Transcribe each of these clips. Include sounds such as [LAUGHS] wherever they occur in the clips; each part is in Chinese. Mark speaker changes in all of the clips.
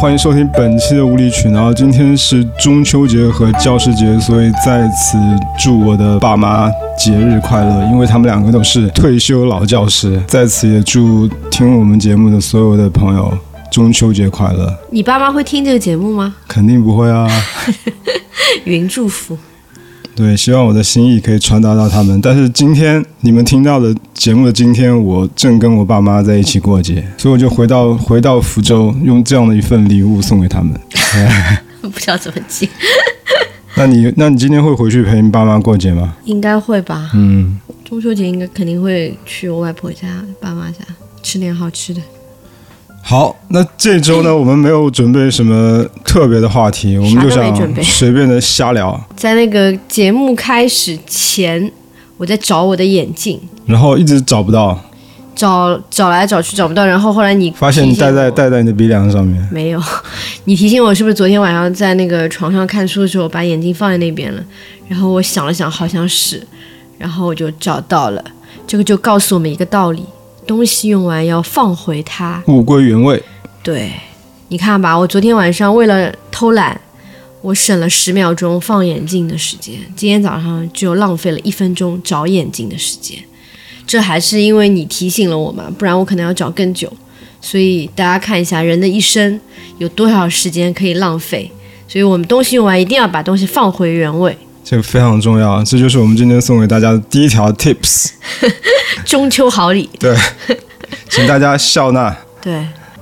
Speaker 1: 欢迎收听本期的无理取闹。今天是中秋节和教师节，所以在此祝我的爸妈节日快乐，因为他们两个都是退休老教师。在此也祝听我们节目的所有的朋友中秋节快乐。 [LAUGHS]
Speaker 2: 你爸妈会听这个节目吗？
Speaker 1: 肯定不会啊，
Speaker 2: 云祝福。
Speaker 1: 对，希望我的心意可以传达到他们。但是今天你们听到的节目的今天，我正跟我爸妈在一起过节， [LAUGHS] 所以我就回到回到福州，用这样的一份礼物送给他们。
Speaker 2: [LAUGHS] 不知道怎么接，
Speaker 1: 那你那你今天会回去陪你爸妈过节吗？
Speaker 2: 应该会吧。
Speaker 1: 嗯，
Speaker 2: 中秋节应该肯定会去我外婆家、爸妈家吃点好吃的。
Speaker 1: 好，那这周呢，我们没有准备什么特别的话题，我们就
Speaker 2: 啥都没准
Speaker 1: 想
Speaker 2: 备
Speaker 1: 随便的瞎聊，
Speaker 2: 在那个节目开始前，我在找我的眼镜，
Speaker 1: 然后一直找不到，
Speaker 2: 找找来找去找不到，然后后来你
Speaker 1: 发现
Speaker 2: 提
Speaker 1: 你
Speaker 2: 醒
Speaker 1: 戴在
Speaker 2: 我
Speaker 1: 戴在你的鼻梁上面。
Speaker 2: 没有， [LAUGHS] 你提醒我是不是昨天晚上在那个床上看书的时候把眼镜放在那边了？然后我想了想，好像是，然后我就找到了。这个就告诉我们一个道理：东西用完要放回它。
Speaker 1: 物归原位，
Speaker 2: 对，你看吧，我昨天晚上为了偷懒，我省了十秒钟放眼镜的时间，今天早上只有浪费了一分钟找眼镜的时间。这还是因为你提醒了我嘛，不然我可能要找更久。所以大家看一下，人的一生有多少时间可以浪费？所以我们东西用完一定要把东西放回原位。
Speaker 1: 这个非常重要，这就是我们今天送给大家的第一条 tips。
Speaker 2: 中秋好礼，
Speaker 1: 对，请大家笑纳。
Speaker 2: 对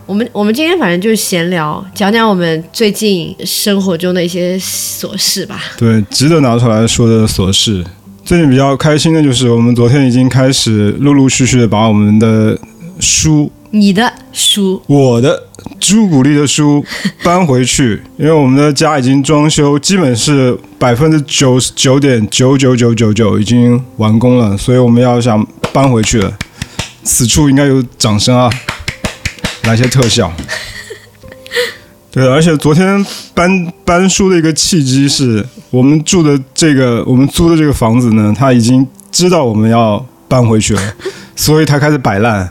Speaker 2: 我们，我们今天反正就是闲聊，讲讲我们最近生活中的一些琐事吧。
Speaker 1: 对，值得拿出来说的琐事。最近比较开心的就是，我们昨天已经开始陆陆续续的把我们的书，
Speaker 2: 你的书
Speaker 1: 我的朱古力的书搬回去，因为我们的家已经装修，基本是百分之九十九点九九九九九已经完工了，所以我们要想搬回去了。此处应该有掌声啊！来些特效。对，而且昨天搬搬书的一个契机是，我们住的这个我们租的这个房子呢，他已经知道我们要搬回去了， [LAUGHS] 所以他开始摆烂，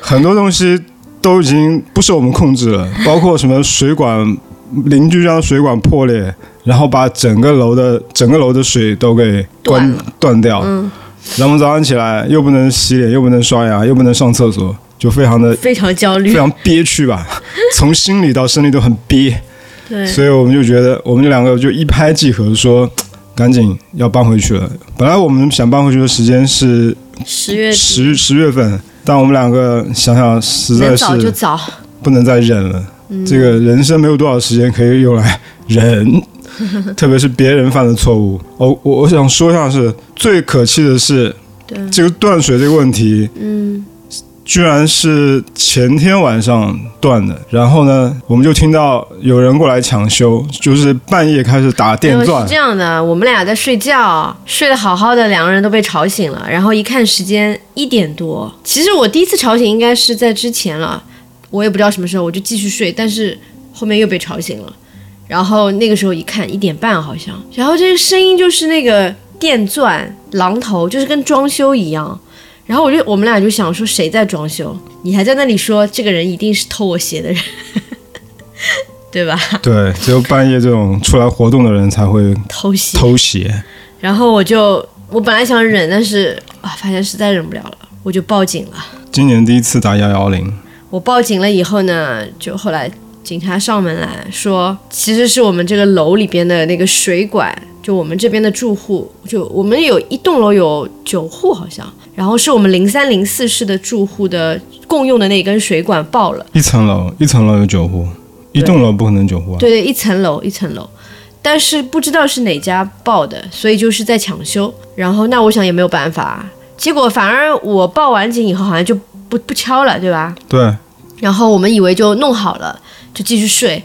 Speaker 1: 很多东西都已经不受我们控制了，包括什么水管，邻居家的水管破裂，然后把整个楼的整个楼的水都给关
Speaker 2: 断
Speaker 1: 断掉，然后早上起来又不能洗脸，又不能刷牙，又不能上厕所，就非常的
Speaker 2: 非常焦
Speaker 1: 非
Speaker 2: 虑，
Speaker 1: 常憋屈
Speaker 2: [LAUGHS]
Speaker 1: 吧，从心里到生理都很憋，
Speaker 2: 对，
Speaker 1: 所以我们就觉得，我们两个就一拍即合说。赶紧要搬回去了。本来我们想搬回去的时间是
Speaker 2: 十月
Speaker 1: 十十月份，但我们两个想想实在
Speaker 2: 能早就是早，
Speaker 1: 不能再忍了。
Speaker 2: 嗯
Speaker 1: 这个人生没有多少时间可以用来
Speaker 2: [LAUGHS]
Speaker 1: 忍，特别是别人犯的错误。哦，我我想说一下是最可气的是
Speaker 2: 对，
Speaker 1: 这个断水这个问题，
Speaker 2: 嗯，
Speaker 1: 居然是前天晚上断的，然后呢，我们就听到有人过来抢修，就是半夜开始打电
Speaker 2: 因为
Speaker 1: 钻
Speaker 2: 是这，样的，我们俩在睡觉，睡得好好的，两个人都被吵醒了，然后一看时间一点多。其实我第一次吵醒应该是在之前了，我也不知道什么时候，我就继续睡，但是后面又被吵醒了。然后那个时候一看一点半好像，然后这个声音就是那个电钻榔头，就是跟装修一样。然后我就我们俩就想说谁在装修，你还在那里说这个人一定是偷我鞋的人， [LAUGHS] 对吧？
Speaker 1: 对，只有半夜这种出来活动的人才会
Speaker 2: 偷鞋。
Speaker 1: 偷鞋。
Speaker 2: 然后我就我本来想忍，但是啊，发现实在忍不了了，我就报警了。
Speaker 1: 今年第一次打幺幺零，
Speaker 2: 我报警了以后呢，就后来警察上门来说，其实是我们这个楼里边的那个水管，就我们这边的住户，就我们有一栋楼有九户好像，然后是我们零三零四室的住户的共用的那根水管爆了。
Speaker 1: 一层楼一层楼有九户，一栋楼不可能九户啊。
Speaker 2: 对对，一层楼一层楼，但是不知道是哪家报的，所以就是在抢修。然后那我想也没有办法，结果反而我报完警以后好像就不不敲了，对吧？
Speaker 1: 对，
Speaker 2: 然后我们以为就弄好了，就继续睡。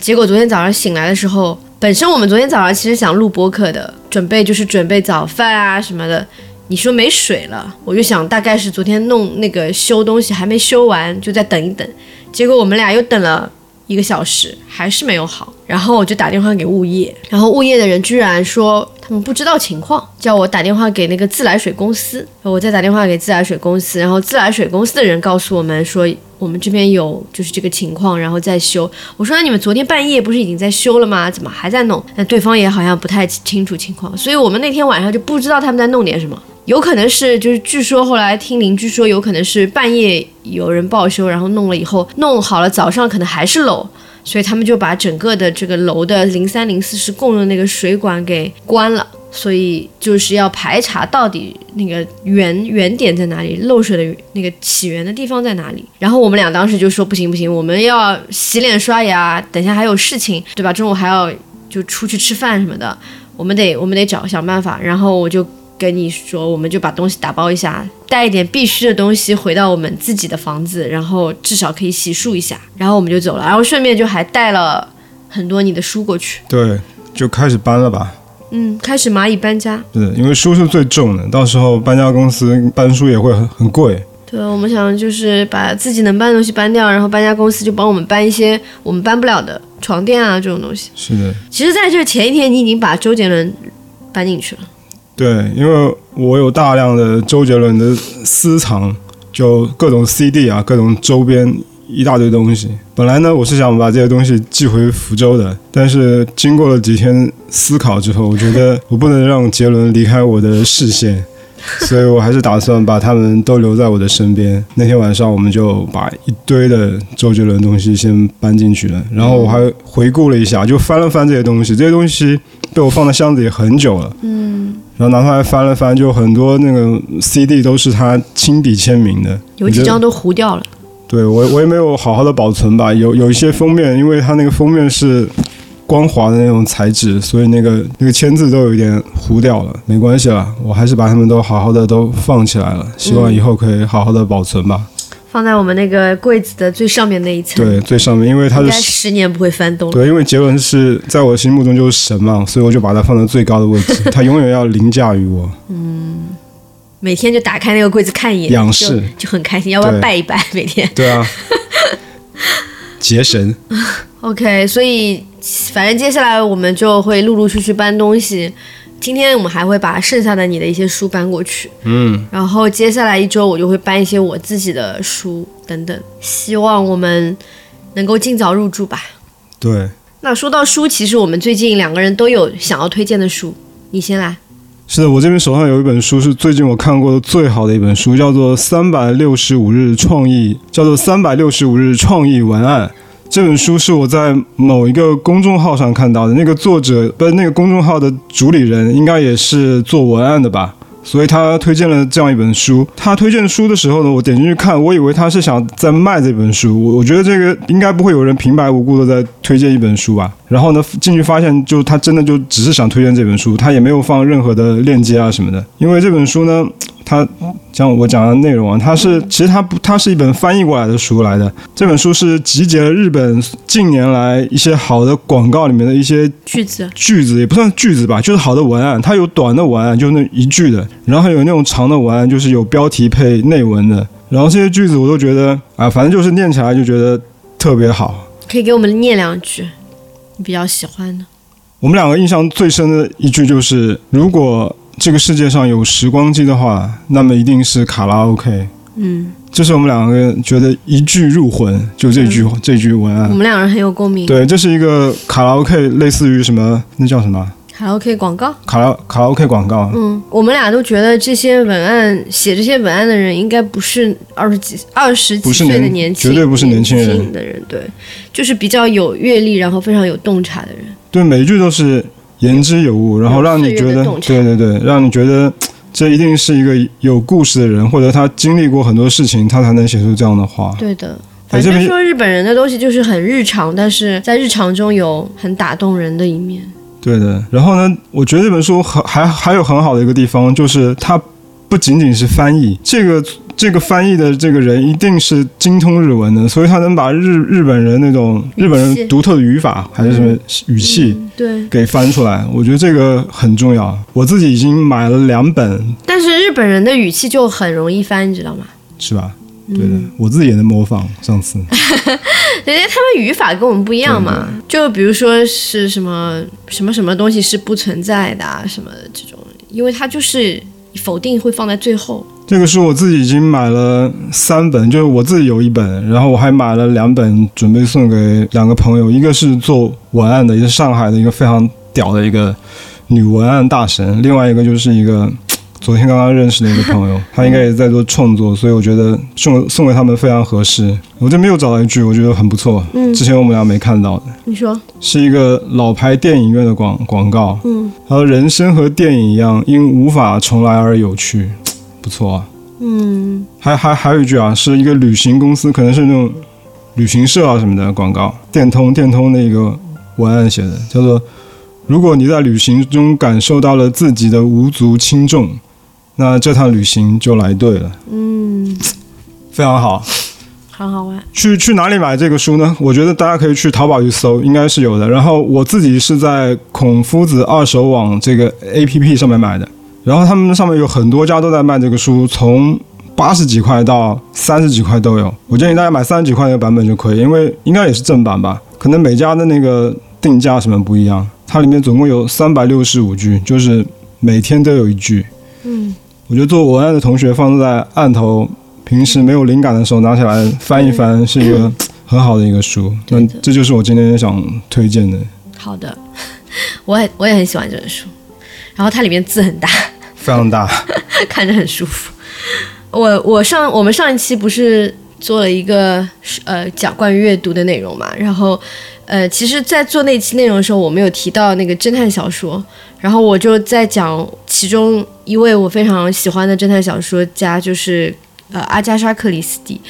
Speaker 2: 结果昨天早上醒来的时候，本身我们昨天早上其实想录播客的，准备就是准备早饭啊什么的。你说没水了，我就想大概是昨天弄那个修东西还没修完，就再等一等。结果我们俩又等了一个小时，还是没有好。然后我就打电话给物业，然后物业的人居然说他们不知道情况，叫我打电话给那个自来水公司。我再打电话给自来水公司，然后自来水公司的人告诉我们说我们这边有就是这个情况，然后再修。我说那你们昨天半夜不是已经在修了吗？怎么还在弄？那对方也好像不太清楚情况，所以我们那天晚上就不知道他们在弄点什么。有可能是就是据说后来听邻居说，有可能是半夜有人报修，然后弄了以后弄好了，早上可能还是漏。所以他们就把整个的这个楼的零三零四室共用那个水管给关了，所以就是要排查到底那个源源点在哪里，漏水的那个起源的地方在哪里。然后我们俩当时就说不行不行，我们要洗脸刷牙，等一下还有事情，对吧？中午还要就出去吃饭什么的，我们得我们得找想办法。然后我就。跟你说，我们就把东西打包一下，带一点必须的东西回到我们自己的房子，然后至少可以洗漱一下，然后我们就走了，然后顺便就还带了很多你的书过去。
Speaker 1: 对，就开始搬了吧。
Speaker 2: 嗯，开始蚂蚁搬家。
Speaker 1: 是因为书是最重的，到时候搬家公司搬书也会很很贵。
Speaker 2: 对，我们想就是把自己能搬的东西搬掉，然后搬家公司就帮我们搬一些我们搬不了的床垫啊这种东西。
Speaker 1: 是的，
Speaker 2: 其实，在这前一天，你已经把周杰伦搬进去了。
Speaker 1: 对，因为我有大量的周杰伦的私藏，就各种 CD 啊，各种周边一大堆东西。本来呢，我是想把这些东西寄回福州的，但是经过了几天思考之后，我觉得我不能让杰伦离开我的视线，所以我还是打算把他们都留在我的身边。那天晚上，我们就把一堆的周杰伦东西先搬进去了，然后我还回顾了一下，就翻了翻这些东西，这些东西被我放在箱子里很久了。然后拿出来翻了翻，就很多那个 CD 都是他亲笔签名的，
Speaker 2: 有几
Speaker 1: 你
Speaker 2: 张
Speaker 1: 就。
Speaker 2: 都糊掉了，
Speaker 1: 对我我也没有好好的保存吧，有有一些封面，因为它那个封面是光滑的那种材质，所以那个那个签字都有一点糊掉了。没关系啦，我还是把它们都好好的都放起来了，希望以后可以好好的保存
Speaker 2: 嗯
Speaker 1: 吧。
Speaker 2: 放在我们那个柜子的最上面那一层。
Speaker 1: 对，最上面，因为它
Speaker 2: 应
Speaker 1: 是
Speaker 2: 该十年不会翻动了。
Speaker 1: 对，因为杰伦是在我心目中就是神嘛，所以我就把它放在最高的位
Speaker 2: [LAUGHS]
Speaker 1: 置，他永远要凌驾于我。
Speaker 2: 每天就打开那个柜子看一眼，
Speaker 1: 仰视
Speaker 2: 就就很开心，要不然
Speaker 1: 对
Speaker 2: 拜一拜每天。
Speaker 1: 对
Speaker 2: [LAUGHS]
Speaker 1: 啊，结神。
Speaker 2: OK，所以反正接下来我们就会陆陆续续搬东西。今天我们还会把剩下的你的一些书搬过去，嗯，然后接下来一周我就会搬一些我自己的书等等，希望我们能够尽早入住吧。
Speaker 1: 对，
Speaker 2: 那说到书，其实我们最近两个人都有想要推荐的书，你先来。
Speaker 1: 是的，我这边手上有一本书，是最近我看过的最好的一本书，叫做《三百六十五日创意》，叫做《三百六十五日创意文案》。这本书是我在某一个公众号上看到的，那个作者不是那个公众号的主理人，应该也是做文案的吧？所以他推荐了这样一本书。他推荐书的时候呢，我点进去看，我以为他是想在卖这本书。我我觉得这个应该不会有人平白无故的在推荐一本书吧。然后呢，进去发现就他真的就只是想推荐这本书，他也没有放任何的链接啊什么的。因为这本书呢，它像我讲的内容啊，它是其实它不，它是一本翻译过来的书来的。这本书是集结了日本近年来一些好的广告里面的一些
Speaker 2: 句子，
Speaker 1: 句子也不算句子吧，就是好的文案，它有短的文案，就是那一句的，然后有那种长的文案，就是有标题配内文的，然后这些句子我都觉得啊，反正就是念起来就觉得特别好。
Speaker 2: 可以给我们念两句，你比较喜欢的。
Speaker 1: 我们两个印象最深的一句就是：如果这个世界上有时光机的话，那么一定是卡拉 OK。
Speaker 2: 嗯，
Speaker 1: 这是我们两个觉得一句入魂，就这句、这句文
Speaker 2: 我
Speaker 1: 案。
Speaker 2: 们两人很有共
Speaker 1: 嗯
Speaker 2: 鸣。
Speaker 1: 对，这是一个卡拉 OK，类似于什么？那叫什么？
Speaker 2: 卡拉 OK 广告。
Speaker 1: 卡拉卡拉 OK 广告。
Speaker 2: 嗯，我们俩都觉得这些文案写这些文案的人，应该不是二十几、二十几
Speaker 1: 不是
Speaker 2: 岁的
Speaker 1: 年
Speaker 2: 年轻，
Speaker 1: 绝对不是年轻人
Speaker 2: 的人，对，就是比较有阅历，然后非常有洞察的人。
Speaker 1: 对，每一句都是言之有物，然后让你觉
Speaker 2: 有岁月
Speaker 1: 得
Speaker 2: 的洞，察
Speaker 1: 对对对，让你觉得嘖这一定是一个有故事的人，或者他经历过很多事情，他才能写出这样的话。
Speaker 2: 对的，
Speaker 1: 哎
Speaker 2: 反
Speaker 1: 这边
Speaker 2: 正说日本人的东西就是很日常，但是在日常中有很打动人的一面。
Speaker 1: 对的。然后呢，我觉得这本书很还还有很好的一个地方，就是它不仅仅是翻译，这个这个翻译的这个人一定是精通日文的，所以他能把日日本人那种
Speaker 2: 语气
Speaker 1: 日本人独特的语法还是什么语气。
Speaker 2: 嗯对，
Speaker 1: 给翻出来，我觉得这个很重要。我自己已经买了两本，
Speaker 2: 但是日本人的语气就很容易翻，你知道吗？
Speaker 1: 是吧？
Speaker 2: 嗯
Speaker 1: 对的，我自己也能模仿上
Speaker 2: [LAUGHS]
Speaker 1: 次。
Speaker 2: 人家他们语法跟我们不一样嘛，就比如说是什么什么什么东西是不存在的啊，什么这种，因为它就是否定会放在最后，
Speaker 1: 这个书我自己已经买了三本，就是我自己有一本，然后我还买了两本，准备送给两个朋友，一个是做文案的，一个是上海的一个非常屌的一个女文案大神，另外一个就是一个昨天刚刚认识的一个朋
Speaker 2: [LAUGHS]
Speaker 1: 友，他应该也在做创作，所以我觉得送送给他们非常合适。我这边又找到一句，我觉得很不错，
Speaker 2: 嗯
Speaker 1: 之前我们俩没看到的，
Speaker 2: 你说，
Speaker 1: 是一个老牌电影院的广广告，
Speaker 2: 嗯
Speaker 1: 他说：“人生和电影一样，因无法重来而有趣。”不错啊。
Speaker 2: 嗯
Speaker 1: 还还还有一句啊，是一个旅行公司，可能是那种旅行社啊什么的广告。电通电通那个文案写的，叫做“如果你在旅行中感受到了自己的无足轻重，那这趟旅行就来对了。
Speaker 2: 嗯，”
Speaker 1: 非常好。
Speaker 2: 好好玩。
Speaker 1: 去去哪里买这个书呢？我觉得大家可以去淘宝去搜，应该是有的。然后我自己是在孔夫子二手网这个 APP 上面买的，然后他们上面有很多家都在卖这个书，从八十几块到三十几块都有。我建议大家买三十几块那个版本就可以，因为应该也是正版吧，可能每家的那个定价什么不一样。它里面总共有三百六十五句，就是每天都有一句。
Speaker 2: 嗯，
Speaker 1: 我觉得做文案的同学放在案头，平时没有灵感的时候拿起来翻一翻，是一个很好的一个书。那
Speaker 2: 嗯对的
Speaker 1: 这就是我今天想推荐的，
Speaker 2: 好的， [LAUGHS] 我也我也很喜欢这本书，然后它里面字很大，
Speaker 1: 非常大。
Speaker 2: 看着很舒服。我我上我们上一期不是做了一个呃讲关于阅读的内容嘛，然后呃其实，在做那期内容的时候，我们有提到那个侦探小说，然后我就在讲其中一位我非常喜欢的侦探小说家，就是呃阿加莎·克里斯蒂。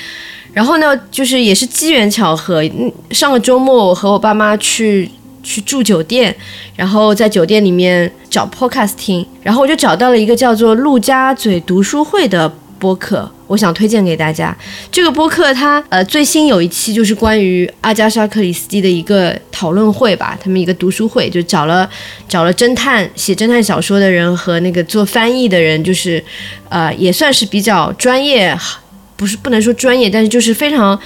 Speaker 2: 然后呢，就是也是机缘巧合，嗯上个周末我和我爸妈去去住酒店，然后在酒店里面找 podcast 听，然后我就找到了一个叫做陆家嘴读书会的播客，我想推荐给大家。这个播客它呃最新有一期就是关于阿加莎·克里斯蒂的一个讨论会吧，他们一个读书会，就找了找了侦探写侦探小说的人和那个做翻译的人，就是呃也算是比较专业，不是不能说专业，但是就是非常。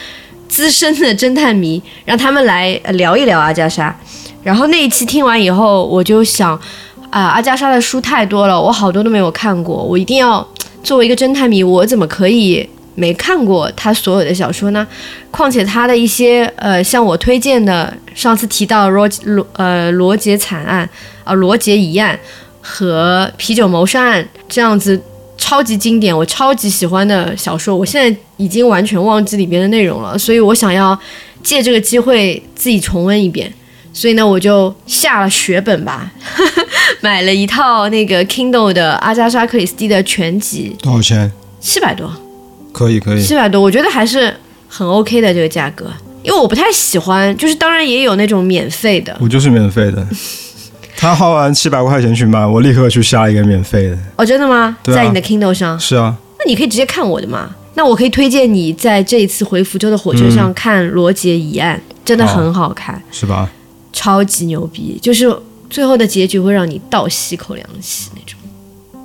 Speaker 2: 资深的侦探迷，让他们来呃聊一聊阿加莎。然后那一期听完以后，我就想，啊、阿加莎的书太多了，我好多都没有看过，我一定要作为一个侦探迷，我怎么可以没看过她所有的小说呢？况且她的一些呃，像我推荐的，上次提到罗罗呃罗杰惨案啊、罗杰疑案和啤酒谋杀案这样子。超级经典，我超级喜欢的小说，我现在已经完全忘记里边的内容了，所以我想要借这个机会自己重温一遍。所以呢，我就下了血本吧， [LAUGHS] 买了一套那个 Kindle 的阿加莎·克里斯蒂的全集，
Speaker 1: 多少钱？
Speaker 2: 七百多，
Speaker 1: 可以可以，
Speaker 2: 七百多，我觉得还是很 OK 的这个价格。因为我不太喜欢，就是当然也有那种免费的
Speaker 1: 我就是免费 [LAUGHS] 的。他花完七百块钱去买，我立刻去下一个免费的。
Speaker 2: 哦，真的吗？
Speaker 1: 对啊
Speaker 2: 在你的 Kindle 上，
Speaker 1: 是啊，
Speaker 2: 那你可以直接看我的嘛。那我可以推荐你在这一次回福州的火车
Speaker 1: 嗯
Speaker 2: 上看《罗杰疑案》，真的很好看，
Speaker 1: 是吧？
Speaker 2: 超级牛逼，就是最后的结局会让你倒吸一口凉气那种。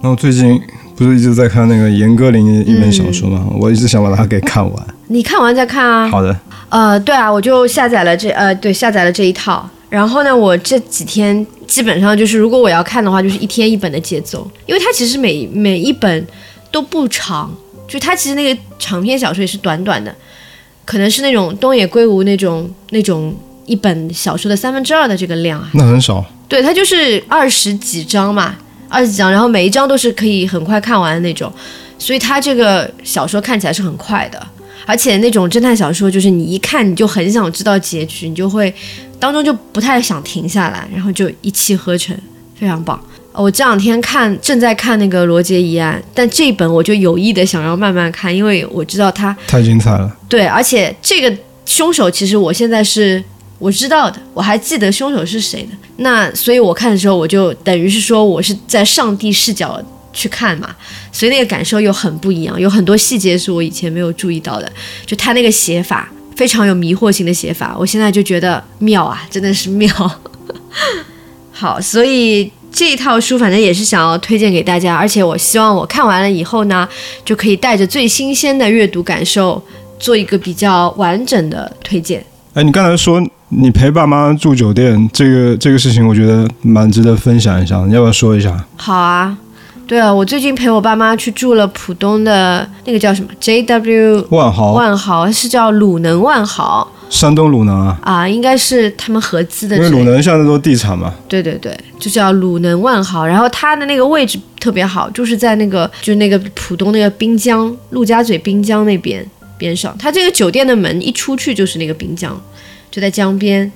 Speaker 1: 那我最近不是一直在看那个严歌苓的一本小说吗？
Speaker 2: 嗯
Speaker 1: 我一直想把它给看完。
Speaker 2: 你看完再看啊。
Speaker 1: 好的，
Speaker 2: 呃，对啊，我就下载了这呃，对，下载了这一套。然后呢，我这几天基本上就是，如果我要看的话，就是一天一本的节奏，因为它其实每每一本都不长，就它其实那个长篇小说也是短短的，可能是那种东野圭吾那种那种一本小说的三分之二的这个量啊。
Speaker 1: 那很少。
Speaker 2: 对，它就是二十几章嘛，二十几章，然后每一章都是可以很快看完的那种，所以它这个小说看起来是很快的，而且那种侦探小说就是你一看你就很想知道结局，你就会当中就不太想停下来，然后就一气呵成，非常棒。呃我这两天看正在看那个《罗杰疑案》，但这一本我就有意的想要慢慢看，因为我知道它
Speaker 1: 太精彩了，
Speaker 2: 对，而且这个凶手其实我现在是我知道的，我还记得凶手是谁的。那所以我看的时候，我就等于是说我是在上帝视角去看嘛，所以那个感受又很不一样，有很多细节是我以前没有注意到的，就他那个写法非常有迷惑性的写法，我现在就觉得妙啊，真的是妙。 [LAUGHS] 好，所以。这一套书反正也是想要推荐给大家，而且我希望我看完了以后呢，就可以带着最新鲜的阅读感受做一个比较完整的推荐。
Speaker 1: 哎，你刚才说你陪爸妈住酒店，这个这个事情，我觉得蛮值得分享一下。你要不要说一下？
Speaker 2: 好啊，对啊，我最近陪我爸妈去住了浦东的那个叫什么 JW
Speaker 1: 万豪，
Speaker 2: 万豪，是叫鲁能万豪
Speaker 1: 山东鲁能啊，
Speaker 2: 啊，应该是他们合资的
Speaker 1: 因为
Speaker 2: 之类的。
Speaker 1: 鲁能现在都是地产嘛，
Speaker 2: 对对对，就叫鲁能万豪。然后它的那个位置特别好，就是在那个就那个浦东那个滨江陆家嘴滨江那边边上。它这个酒店的门一出去就是那个滨江，就在江边。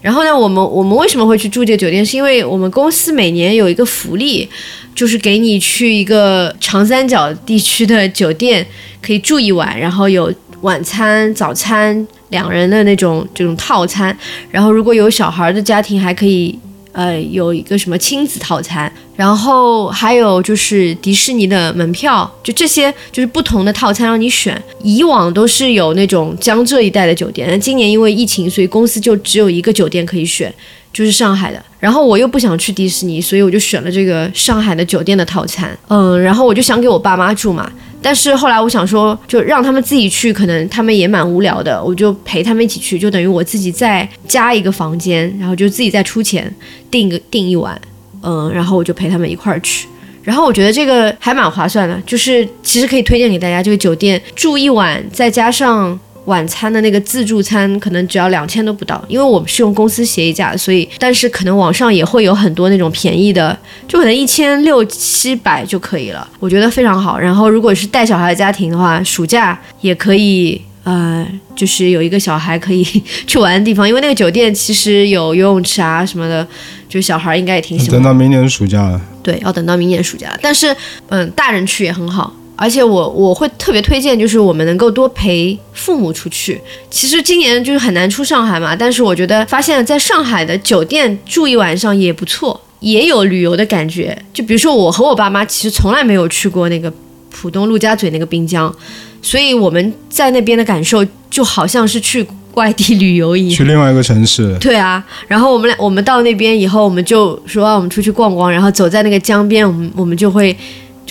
Speaker 2: 然后呢，我们我们为什么会去住这个酒店？是因为我们公司每年有一个福利，就是给你去一个长三角地区的酒店，可以住一晚，然后有晚餐、早餐两人的那种这种套餐。然后如果有小孩的家庭，还可以呃，有一个什么亲子套餐，然后还有就是迪士尼的门票，就这些就是不同的套餐让你选。以往都是有那种江浙一带的酒店，但今年因为疫情，所以公司就只有一个酒店可以选，就是上海的。然后我又不想去迪士尼，所以我就选了这个上海的酒店的套餐。嗯，然后我就想给我爸妈住嘛。但是后来我想说，就让他们自己去，可能他们也蛮无聊的，我就陪他们一起去，就等于我自己再加一个房间，然后就自己再出钱，订个订一晚，嗯，然后我就陪他们一块儿去。然后我觉得这个还蛮划算的，就是其实可以推荐给大家，这个酒店住一晚，再加上晚餐的那个自助餐，可能只要两千都不到，因为我们是用公司协议价，所以但是可能网上也会有很多那种便宜的，就可能一千六七百就可以了，我觉得非常好。然后如果是带小孩的家庭的话，暑假也可以。呃，就是有一个小孩可以去玩的地方，因为那个酒店其实有游泳池啊什么的，就是小孩应该也挺喜欢的
Speaker 1: 等。到明年暑假了。
Speaker 2: 对，要等到明年暑假。但是，嗯，大人去也很好，而且我我会特别推荐，就是我们能够多陪父母出去。其实今年就是很难出上海嘛，但是我觉得发现在上海的酒店住一晚上也不错，也有旅游的感觉。就比如说我和我爸妈其实从来没有去过那个浦东陆家嘴那个滨江，所以我们在那边的感受就好像是去外地旅游一样。
Speaker 1: 去另外一个城市，
Speaker 2: 对啊，然后我们俩我们到那边以后，我们就说、啊、我们出去逛逛，然后走在那个江边，我们我们就会，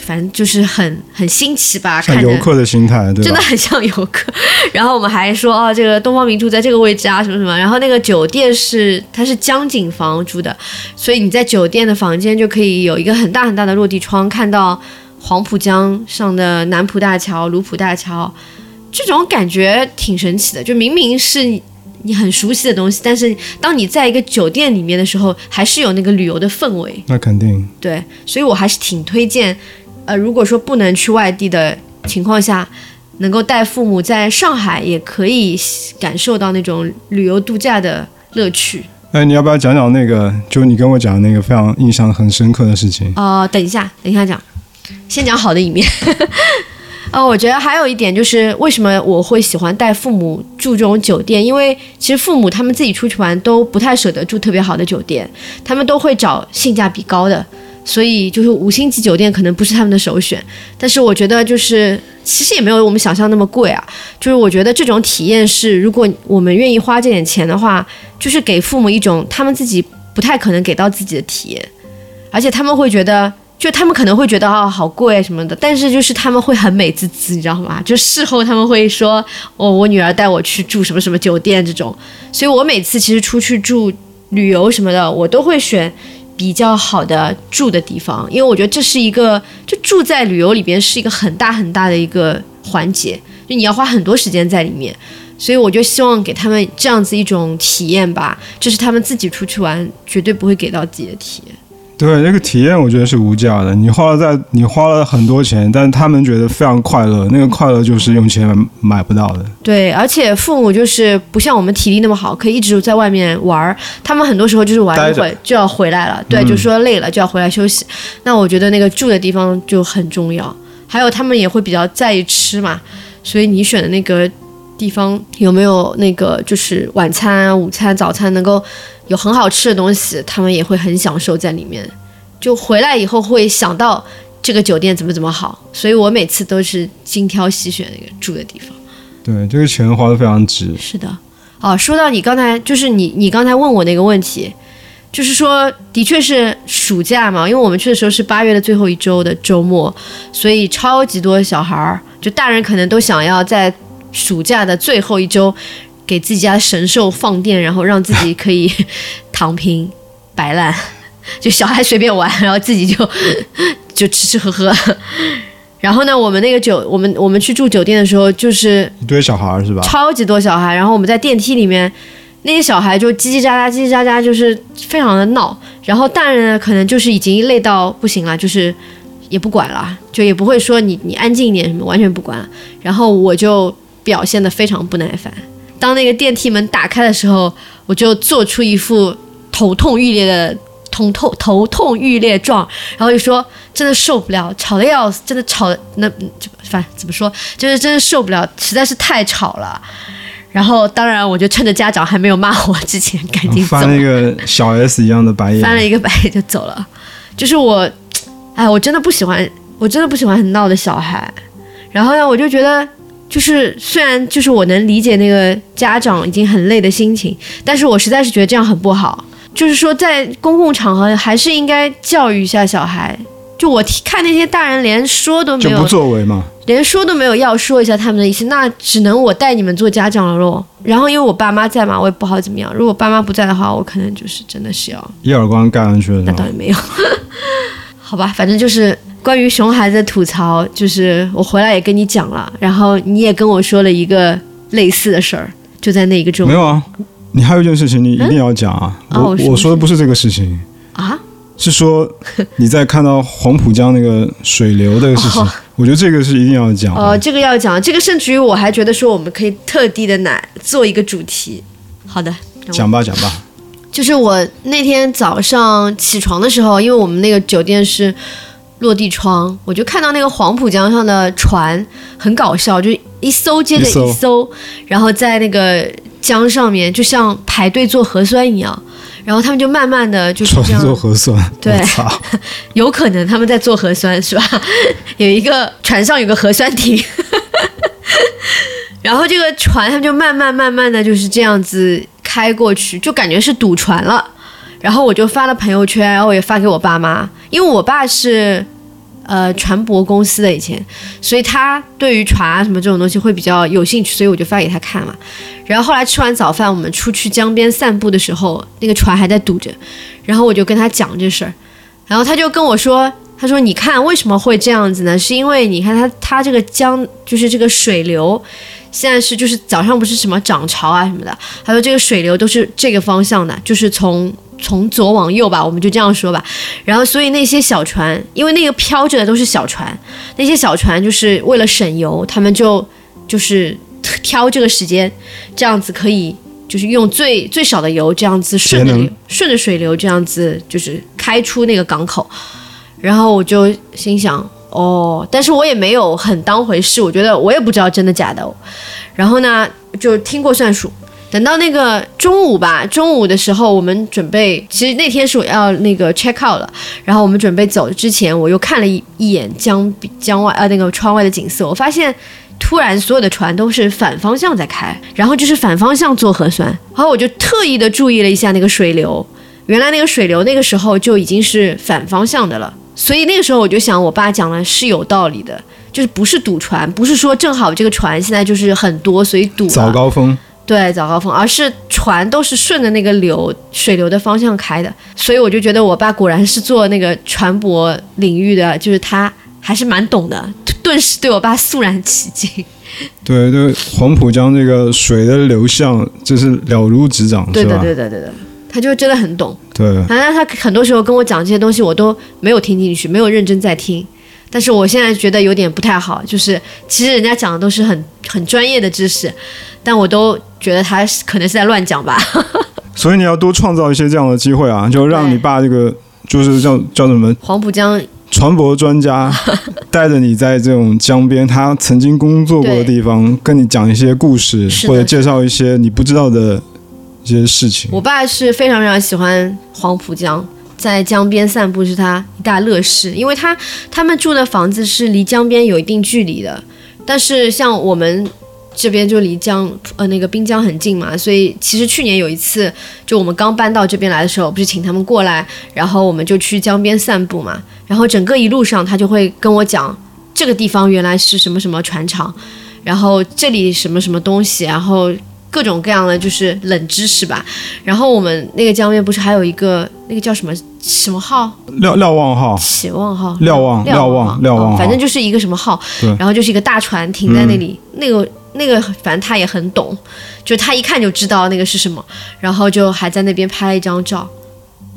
Speaker 2: 反正就是很很新奇吧，
Speaker 1: 像
Speaker 2: 看着
Speaker 1: 游客的心态，对
Speaker 2: 真的
Speaker 1: 吧？
Speaker 2: 很像游客。 [LAUGHS] 然后我们还说哦，这个东方明珠在这个位置啊，什么什么。然后那个酒店是它是江景房住的，所以你在酒店的房间就可以有一个很大很大的落地窗，看到黄浦江上的南浦大桥、卢浦大桥，这种感觉挺神奇的。就明明是你你很熟悉的东西，但是当你在一个酒店里面的时候，还是有那个旅游的氛围。
Speaker 1: 那肯定，
Speaker 2: 对，所以我还是挺推荐，呃，如果说不能去外地的情况下，能够带父母在上海也可以感受到那种旅游度假的乐趣。
Speaker 1: 哎，你要不要讲讲那个？就你跟我讲那个非常印象很深刻的事情。
Speaker 2: 呃，等一下，等一下讲，先讲好的一面。 [LAUGHS] 呃，我觉得还有一点就是，为什么我会喜欢带父母住这种酒店？因为其实父母他们自己出去玩都不太舍得住特别好的酒店，他们都会找性价比高的，所以就是五星级酒店可能不是他们的首选。但是我觉得就是其实也没有我们想象那么贵啊，就是我觉得这种体验是，如果我们愿意花这点钱的话，就是给父母一种他们自己不太可能给到自己的体验。而且他们会觉得，就他们可能会觉得啊、好贵什么的，但是就是他们会很美滋滋，你知道吗？就事后他们会说，哦，我女儿带我去住什么什么酒店这种，所以我每次其实出去住旅游什么的，我都会选。比较好的住的地方，因为我觉得这是一个，就住在旅游里边是一个很大很大的一个环节，就你要花很多时间在里面，所以我就希望给他们这样子一种体验吧，这是他们自己出去玩绝对不会给到自己的体验。
Speaker 1: 对，这个体验我觉得是无价的。你花了在你花了很多钱，但是他们觉得非常快乐，那个快乐就是用钱买不到的。
Speaker 2: 对，而且父母就是不像我们体力那么好，可以一直在外面玩儿。他们很多时候就是玩
Speaker 1: 待
Speaker 2: 一
Speaker 1: 着嗯
Speaker 2: 会就要回来了，对，就说累了就要回来休息。那我觉得那个住的地方就很重要，还有他们也会比较在意吃嘛，所以你选的那个地方有没有那个就是晚餐、啊午餐、早餐能够有很好吃的东西，他们也会很享受在里面。就回来以后会想到这个酒店怎么怎么好，所以我每次都是精挑细选那个住的地方。
Speaker 1: 对，这个钱花的非常值。
Speaker 2: 是的，哦，说到你刚才，就是你你刚才问我那个问题，就是说，的确是暑假嘛，因为我们去的时候是八月的最后一周的周末，所以超级多小孩儿，就大人可能都想要在暑假的最后一周给自己家的神兽放电，然后让自己可以 [LAUGHS] 躺平摆烂，就小孩随便玩，然后自己就就吃吃喝喝。然后呢，我们那个酒，我们我们去住酒店的时候，就是
Speaker 1: 一堆小孩儿是吧？
Speaker 2: 超级多小孩，然后我们在电梯里面，那些小孩就叽叽喳喳、叽叽喳喳，就是非常的闹。然后大人呢，可能就是已经累到不行了，就是也不管了，就也不会说你你安静一点什么，完全不管了。然后我就表现得非常不耐烦。当那个电梯门打开的时候，我就做出一副头痛欲裂的头痛头痛欲裂状，然后就说真的受不了，吵得要死，真的吵得那就反怎么说，就是真的受不了，实在是太吵了。然后当然，我就趁着家长还没有骂我之前，赶紧走
Speaker 1: 翻
Speaker 2: 了
Speaker 1: 了一个小 S 一样的白眼，
Speaker 2: 翻了一个白眼就走了。就是我，哎，我真的不喜欢，我真的不喜欢很闹的小孩。然后呢，我就觉得，就是虽然就是我能理解那个家长已经很累的心情，但是我实在是觉得这样很不好。就是说，在公共场合还是应该教育一下小孩。就我提看那些大人连说都
Speaker 1: 就
Speaker 2: 没
Speaker 1: 不
Speaker 2: 有，
Speaker 1: 作为嘛。
Speaker 2: 连说都没有要说一下他们的意思，那只能我带你们做家长了喽。然后因为我爸妈在嘛，我也不好怎么样。如果爸妈不在的话，我可能就是真的是要
Speaker 1: 一耳光干上去了是
Speaker 2: 那
Speaker 1: 吧
Speaker 2: 倒也？没有。 [LAUGHS] 好吧，反正就是关于熊孩子的吐槽，就是我回来也跟你讲了，然后你也跟我说了一个类似的事儿，就在那一个周
Speaker 1: 没有啊，你还有一件事情你一定要讲啊！
Speaker 2: 嗯哦
Speaker 1: 我
Speaker 2: 什么
Speaker 1: 我说的不是这个事情，
Speaker 2: 啊，
Speaker 1: 是
Speaker 2: [LAUGHS]
Speaker 1: 说你在看到黄浦江那个水流的事情，
Speaker 2: 哦
Speaker 1: 我觉得这个是一定要讲的。啊
Speaker 2: 哦，这个要讲，这个甚至于我还觉得说我们可以特地的来做一个主题。好的，
Speaker 1: 讲吧，讲吧。
Speaker 2: 就是我那天早上起床的时候，因为我们那个酒店是落地窗，我就看到那个黄浦江上的船很搞笑，就是一艘接着
Speaker 1: 一艘
Speaker 2: 一艘，然后在那个江上面就像排队做核酸一样，然后他们就慢慢的就是
Speaker 1: 船
Speaker 2: 这样
Speaker 1: 做核酸，
Speaker 2: 对
Speaker 1: 我操！
Speaker 2: 有可能他们在做核酸是吧？ [LAUGHS] 有一个船上有个核酸亭， [LAUGHS] 然后这个船他们就慢慢慢慢的就是这样子开过去，就感觉是堵船了。然后我就发了朋友圈，然后我也发给我爸妈，因为我爸是呃船舶公司的以前，所以他对于船啊什么这种东西会比较有兴趣，所以我就发给他看嘛。然后后来吃完早饭，我们出去江边散步的时候，那个船还在堵着，然后我就跟他讲这事儿，然后他就跟我说，他说你看为什么会这样子呢？是因为你看它它这个江就是这个水流，现在是就是早上不是什么涨潮啊什么的，他说这个水流都是这个方向的，就是从。从左往右吧，我们就这样说吧。然后，所以那些小船，因为那个飘着的都是小船，那些小船就是为了省油，他们就就是挑这个时间，这样子可以就是用最最少的油，这样子顺着
Speaker 1: 节能
Speaker 2: 流顺着水流这样子就是开出那个港口。然后我就心想，哦，但是我也没有很当回事，我觉得我也不知道真的假的。然后呢，就听过算数。等到那个中午吧，中午的时候，我们准备，其实那天是我要那个 check out 了，然后我们准备走之前，我又看了一一眼江江外呃那个窗外的景色，我发现突然所有的船都是反方向在开，然后就是反方向做核酸，然后我就特意的注意了一下那个水流，原来那个水流那个时候就已经是反方向的了，所以那个时候我就想，我爸讲的是有道理的。就是不是堵船，不是说正好这个船现在就是很多，所以堵了。
Speaker 1: 早高峰，
Speaker 2: 对早高峰，而是船都是顺着那个流水流的方向开的，所以我就觉得我爸果然是做那个船舶领域的，就是他还是蛮懂的，顿时对我爸肃然起 [LAUGHS] 敬。
Speaker 1: 对对，黄浦江这个水的流向就是了如指掌，
Speaker 2: 对
Speaker 1: 是
Speaker 2: 的，
Speaker 1: 吧？
Speaker 2: 对的，对的，他就真的很懂。
Speaker 1: 对，
Speaker 2: 反正他很多时候跟我讲这些东西，我都没有听进去，没有认真在听。但是我现在觉得有点不太好，就是其实人家讲的都是很很专业的知识，但我都觉得他是可能是在乱讲吧。
Speaker 1: 所以你要多创造一些这样的机会啊，就让你爸这个就是叫叫什么
Speaker 2: 黄浦江
Speaker 1: 船舶专
Speaker 2: [LAUGHS]
Speaker 1: 家带着你在这种江边，他曾经工作过的地方，跟你讲一些故事，
Speaker 2: 是的
Speaker 1: 或者介绍一些你不知道的一些事情。
Speaker 2: 我爸是非常非常喜欢黄浦江，在江边散步是他一大乐事，因为他他们住的房子是离江边有一定距离的，但是像我们。这边就离江呃那个滨江很近嘛，所以其实去年有一次，就我们刚搬到这边来的时候，不是请他们过来，然后我们就去江边散步嘛，然后整个一路上他就会跟我讲这个地方原来是什么什么船厂，然后这里什么什么东西，然后各种各样的就是冷知识吧。然后我们那个江面不是还有一个那个叫什么什么号？
Speaker 1: 瞭瞭望号，
Speaker 2: 企望号、
Speaker 1: 瞭望
Speaker 2: 瞭
Speaker 1: 瞭
Speaker 2: 望
Speaker 1: 望瞭望
Speaker 2: 哦
Speaker 1: 号
Speaker 2: 反正就是一个什么号
Speaker 1: 对，
Speaker 2: 然后就是一个大船停在那里，那个那个反正他也很懂，就他一看就知道那个是什么，然后就还在那边拍了一张照，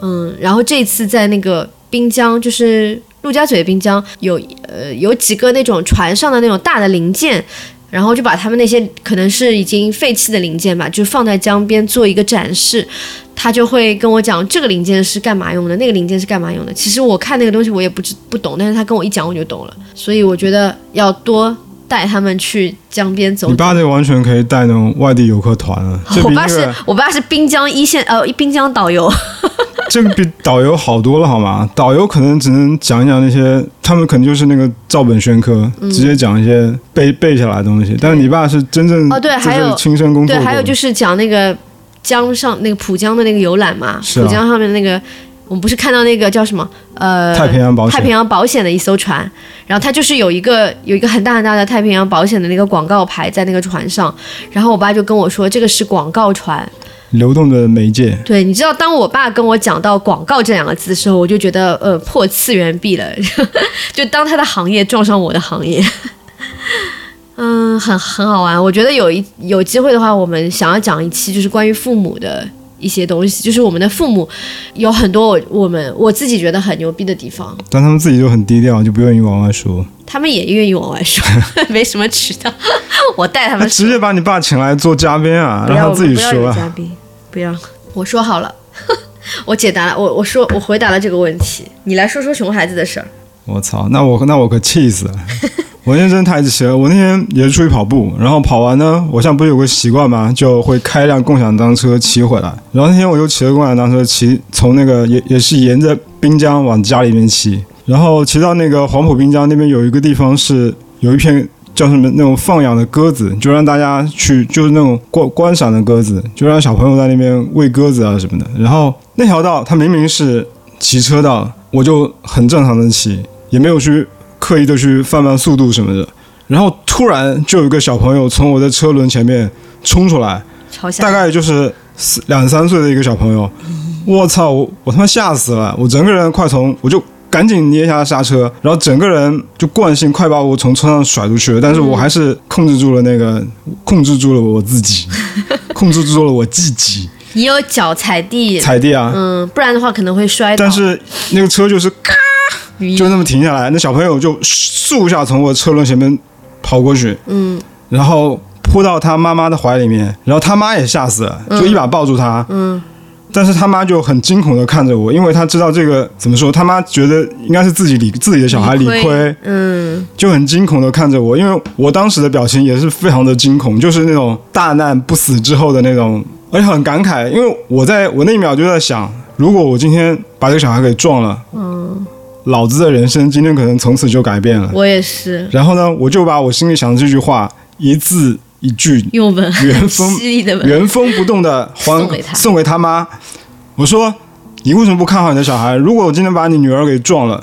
Speaker 2: 嗯，然后这次在那个滨江就是。陆家嘴滨江有呃有几个那种船上的那种大的零件，然后就把他们那些可能是已经废弃的零件吧，就放在江边做一个展示。他就会跟我讲这个零件是干嘛用的，那个零件是干嘛用的。其实我看那个东西我也不知不懂，但是他跟我一讲我就懂了。所以我觉得要多带他们去江边 [LAUGHS] 走
Speaker 1: 你
Speaker 2: 走。
Speaker 1: 爸这完全可以带那种外地游客团了，这
Speaker 2: 我
Speaker 1: 比
Speaker 2: 爸
Speaker 1: 那
Speaker 2: 是
Speaker 1: 个
Speaker 2: 我爸是滨江一线呃滨江导游，
Speaker 1: 这个比导游好多了，好吗？导游可能只能讲一讲那些，他们可能就是那个照本宣科，
Speaker 2: 嗯
Speaker 1: 直接讲一些背背下来的东西。但是你爸是真正
Speaker 2: 哦对
Speaker 1: 就是
Speaker 2: 还有
Speaker 1: 亲身工作
Speaker 2: 对，
Speaker 1: 过，
Speaker 2: 还有就是讲那个江上那个浦江的那个游览嘛，
Speaker 1: 是啊
Speaker 2: 浦江上面那个我们不是看到那个叫什么呃
Speaker 1: 太平洋保险
Speaker 2: 太平洋保险的一艘船，然后它就是有一个有一个很大很大的太平洋保险的那个广告牌在那个船上，然后我爸就跟我说这个是广告船。
Speaker 1: 流动的媒介。
Speaker 2: 对，你知道当我爸跟我讲到广告这两个字的时候，我就觉得呃破次元壁了， [LAUGHS] 就当他的行业撞上我的行业。嗯，很很好玩。我觉得有一有机会的话，我们想要讲一期就是关于父母的一些东西，就是我们的父母有很多我我们我自己觉得很牛逼的地方，
Speaker 1: 但他们自己就很低调，就不愿意往外说。
Speaker 2: 他们也愿意往外说， [LAUGHS] 没什么渠道，我带他
Speaker 1: 那
Speaker 2: 们
Speaker 1: [LAUGHS]
Speaker 2: 说
Speaker 1: 直接把你爸请来做嘉宾啊，
Speaker 2: 不
Speaker 1: 让
Speaker 2: 要
Speaker 1: 他自己
Speaker 2: 不要有
Speaker 1: 说啊。
Speaker 2: 嘉宾，不要。我说好了， [LAUGHS] 我解答了，我我说我回答了这个问题，你来说说熊孩子的事儿。
Speaker 1: 我操，那我那我可气死了！我那天真的太气了。我那天也是出去跑步，然后跑完呢，我现在不是有个习惯嘛，就会开一辆共享单车骑回来。然后那天我就骑着共享单车骑，从那个也也是沿着滨江往家里面骑，然后骑到那个黄浦滨江那边有一个地方是有一片。叫什么那种放养的鸽子，就让大家去，就是那种观观赏的鸽子，就让小朋友在那边喂鸽子啊什么的。然后那条道它明明是骑车道，我就很正常的骑，也没有去刻意的去放慢速度什么的。然后突然就有一个小朋友从我的车轮前面冲出来，
Speaker 2: 嘲笑
Speaker 1: 大概就是四两三岁的一个小朋友，我操，我我他妈吓死了，我整个人快从我就。赶紧捏一下刹车，然后整个人就惯性快把我从车上甩出去了，但是我还是控制住了那个，控制住了我自己，控制住了我自己
Speaker 2: 你有脚踩地，
Speaker 1: 踩地啊，
Speaker 2: 嗯，不然的话可能会摔倒。
Speaker 1: 但是那个车就是咔，
Speaker 2: 晕
Speaker 1: 就那么停下来，那小朋友就嗖一下从我车轮前面跑过去，嗯，然后扑到他妈妈的怀里面，然后他妈也吓死了，就一把抱住他，嗯。但是他妈就很惊恐的看着我，因为他知道这个怎么说，他妈觉得应该是自己理自己的小孩理亏，
Speaker 2: 嗯，
Speaker 1: 就很惊恐的看着我，因为我当时的表情也是非常的惊恐，就是那种大难不死之后的那种，而且很感慨，因为我在我那一秒就在想，如果我今天把这个小孩给撞了，嗯，老子的人生今天可能从此就改变了。
Speaker 2: 我也是
Speaker 1: 然后呢，我就把我心里想的这句话一字一句 [LAUGHS]
Speaker 2: 用吻，
Speaker 1: 原封
Speaker 2: 犀利的吻，
Speaker 1: 原封不动的还
Speaker 2: 送给他
Speaker 1: 送给他妈。我说，你为什么不看好你的小孩？如果我今天把你女儿给撞了，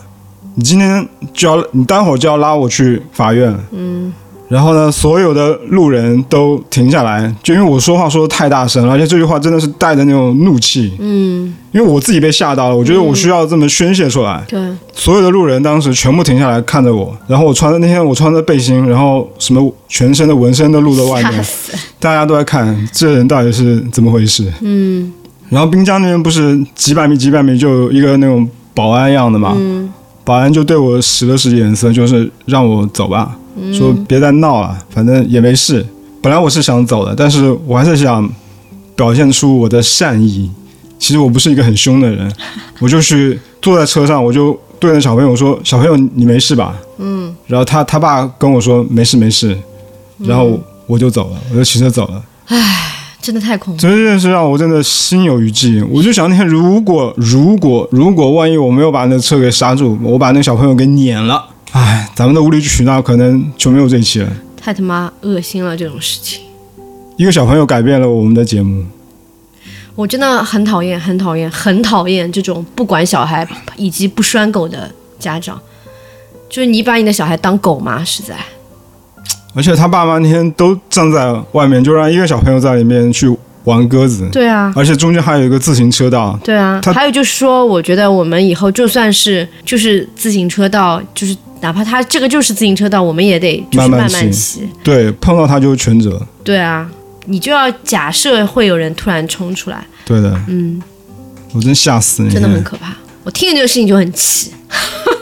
Speaker 1: 你今天就要，你待会儿就要拉我去法院。嗯。然后呢，所有的路人都停下来，就因为我说话说的太大声了，而且这句话真的是带着那种怒气。嗯。因为我自己被吓到了，我觉得我需要这么宣泄出来。
Speaker 2: 对，
Speaker 1: 所有的路人当时全部停下来看着我，然后我穿的那天我穿着背心，然后什么全身的纹身都露在外
Speaker 2: [LAUGHS] 吓
Speaker 1: 面，
Speaker 2: 死。
Speaker 1: 大家都在看这人到底是怎么回事。嗯，然后滨江那边不是几百米几百米就有一个那种保安样的嘛，
Speaker 2: 嗯
Speaker 1: 保安就对我使了使眼色，就是让我走吧，说别再闹了，反正也没事。本来我是想走的，但是我还是想表现出我的善意。其实我不是一个很凶的人，我就去坐在车上，我就对着小朋友说：“小朋友，你没事吧？”嗯。然后他他爸跟我说：“没事没事。”然后我就走了，我就骑车走了。
Speaker 2: 真的太恐怖。
Speaker 1: 所以这件事让我真的心有余悸。我就想那天如果如果如果万一我没有把那车给刹住，我把那小朋友给撵了，哎，咱们的无理取闹可能就没有这一期了。
Speaker 2: 太他妈恶心了这种事情，
Speaker 1: 一个小朋友改变了我们的节目，
Speaker 2: 我真的很讨厌，很讨厌，很讨厌这种不管小孩以及不拴狗的家长。就是你把你的小孩当狗吗？实在，
Speaker 1: 而且他爸妈那天都站在外面，就让一个小朋友在里面去玩鸽子，
Speaker 2: 对啊，
Speaker 1: 而且中间还有一个自行车道，
Speaker 2: 对啊
Speaker 1: 他，
Speaker 2: 还有就是说，我觉得我们以后就算是就是自行车道，就是哪怕它这个就是自行车道，我们也得就
Speaker 1: 慢
Speaker 2: 是
Speaker 1: 慢
Speaker 2: 慢
Speaker 1: 骑
Speaker 2: 骑。
Speaker 1: 对，碰到他就是全责，
Speaker 2: 对啊，你就要假设会有人突然冲出来，
Speaker 1: 对的，嗯，我真吓死你，
Speaker 2: 真的很可怕。我听了这个事情就很气， [LAUGHS]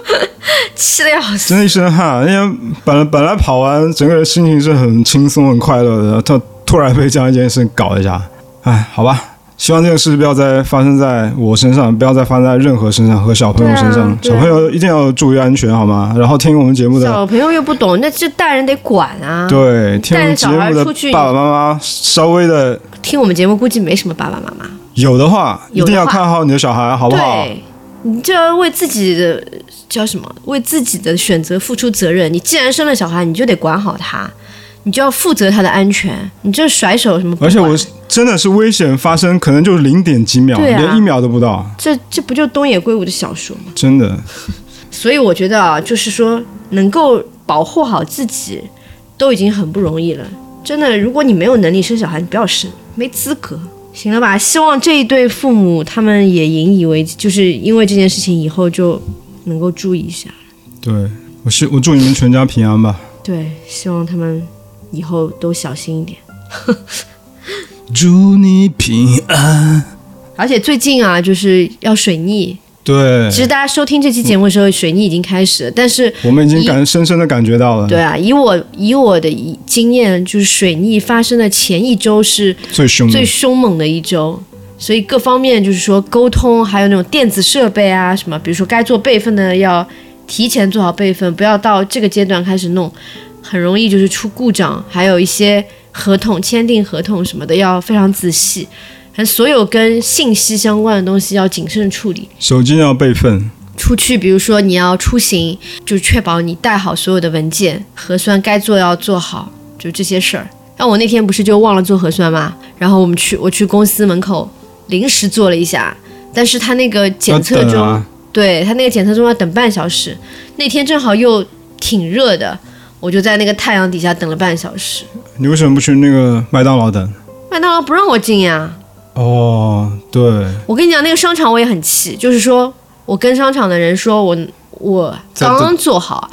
Speaker 2: 气的要死。
Speaker 1: 真的一身汗，因为本来本来跑完，整个人心情是很轻松、很快乐的，他突然被这样一件事搞一下，哎，好吧，希望这个事不要再发生在我身上，不要再发生在任何身上和小朋友身上，
Speaker 2: 对啊对啊
Speaker 1: 小朋友一定要注意安全，好吗？然后听我们节目的，
Speaker 2: 小朋友又不懂，那这大人得管啊。
Speaker 1: 对，听我们节
Speaker 2: 带着小孩
Speaker 1: 目的
Speaker 2: 出去
Speaker 1: 爸爸妈妈，稍微的
Speaker 2: 听我们节目估计没什么爸爸妈妈。
Speaker 1: 有的话，一
Speaker 2: 有的
Speaker 1: 定要
Speaker 2: 话
Speaker 1: 看好你的小孩，好不好？
Speaker 2: 对，你就要为自己的叫什么？为自己的选择负出责任。你既然生了小孩，你就得管好他，你就要负责他的安全。你这甩手什么不
Speaker 1: 而
Speaker 2: 管？
Speaker 1: 且我真的是危险发生，可能就是零点几秒，
Speaker 2: 对啊
Speaker 1: 连一秒都不到，
Speaker 2: 这这不就东野圭吾的小说吗？
Speaker 1: 真的。
Speaker 2: 所以我觉得啊，就是说能够保护好自己，都已经很不容易了。真的，如果你没有能力生小孩，你不要生，没资格。行了吧？希望这一对父母他们也引以为，就是因为这件事情以后就能够注意一下。
Speaker 1: 对，我希我祝你们全家平安吧。
Speaker 2: 对，希望他们以后都小心一点。
Speaker 1: 祝你平安。
Speaker 2: 而且最近啊，就是要水逆。
Speaker 1: 对
Speaker 2: 其，实大家收听这期节目的时候，水逆已经开始了。但是，
Speaker 1: 我们已经感深深的感觉到了，
Speaker 2: 对啊，以我以我的一经验，就是水逆发生的前一周是
Speaker 1: 最凶的
Speaker 2: 最，凶猛的一周。所以各方面就是说沟通，还有那种电子设备啊什么，比如说该做备份的要提前做好备份，不要到这个阶段开始弄，很容易就是出故障。还有一些合同签订合同什么的要非常仔细，还所有跟信息相关的东西要谨慎处理。
Speaker 1: 手机要备份。
Speaker 2: 出去，比如说你要出行，就确保你带好所有的文件，核酸该做要做好，就这些事儿。那我那天不是就忘了做核酸嘛，然后我们去我去公司门口临时做了一下，但是他那个检测
Speaker 1: 要等
Speaker 2: 中，
Speaker 1: 啊
Speaker 2: 对他那个检测中要等半小时，那天正好又挺热的，我就在那个太阳底下等了半小时。
Speaker 1: 你为什么不去那个麦当劳等？
Speaker 2: 麦当劳不让我进呀，
Speaker 1: 哦，对，
Speaker 2: 我跟你讲，那个商场我也很气，就是说我跟商场的人说我我
Speaker 1: 在
Speaker 2: 刚刚做好，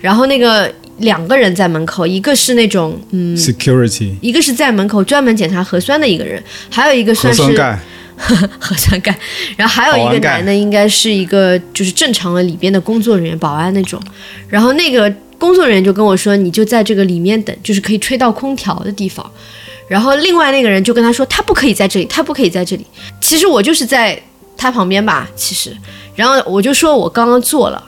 Speaker 2: 然后那个两个人在门口，一个是那种嗯，
Speaker 1: s e c u r i t y
Speaker 2: 一个是在门口专门检查核酸的一个人，还有一个
Speaker 1: 核
Speaker 2: 算是
Speaker 1: 酸钙，
Speaker 2: [LAUGHS] 核酸盖，然后还有
Speaker 1: 保
Speaker 2: 一
Speaker 1: 安
Speaker 2: 个
Speaker 1: 盖
Speaker 2: 男的应该是一个就是正常的里边的工作人员，保安那种，然后那个工作人员就跟我说，你就在这个里面等，就是可以吹到空调的地方。然后另外那个人就跟他说，他不可以在这里，他不可以在这里。其实我就是在他旁边吧，其实，然后我就说我刚刚做了，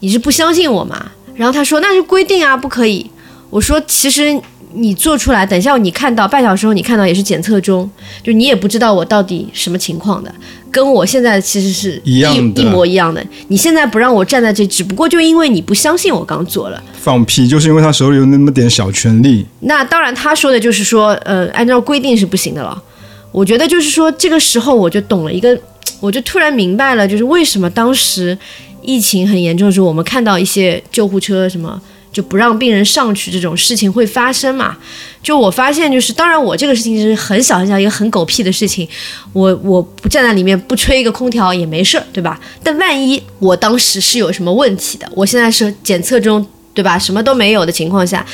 Speaker 2: 你是不相信我吗？然后他说那是规定啊，不可以。我说其实你做出来，等一下你看到半小时后你看到也是检测中，就你也不知道我到底什么情况的，跟我现在其实是
Speaker 1: 一样的
Speaker 2: 一模一样的。你现在不让我站在这，只不过就因为你不相信我刚做了。
Speaker 1: 放屁，就是因为他手里有那么点小权利，
Speaker 2: 那当然，他说的就是说，呃，按照规定是不行的了。我觉得就是说，这个时候我就懂了一个，我就突然明白了，就是为什么当时疫情很严重的时候，我们看到一些救护车什么就不让病人上去这种事情会发生嘛。就我发现，就是当然我这个事情是很小很小一个很狗屁的事情，我我不站在里面不吹一个空调也没事，对吧？但万一我当时是有什么问题的，我现在是检测中，对吧？什么都没有的情况下，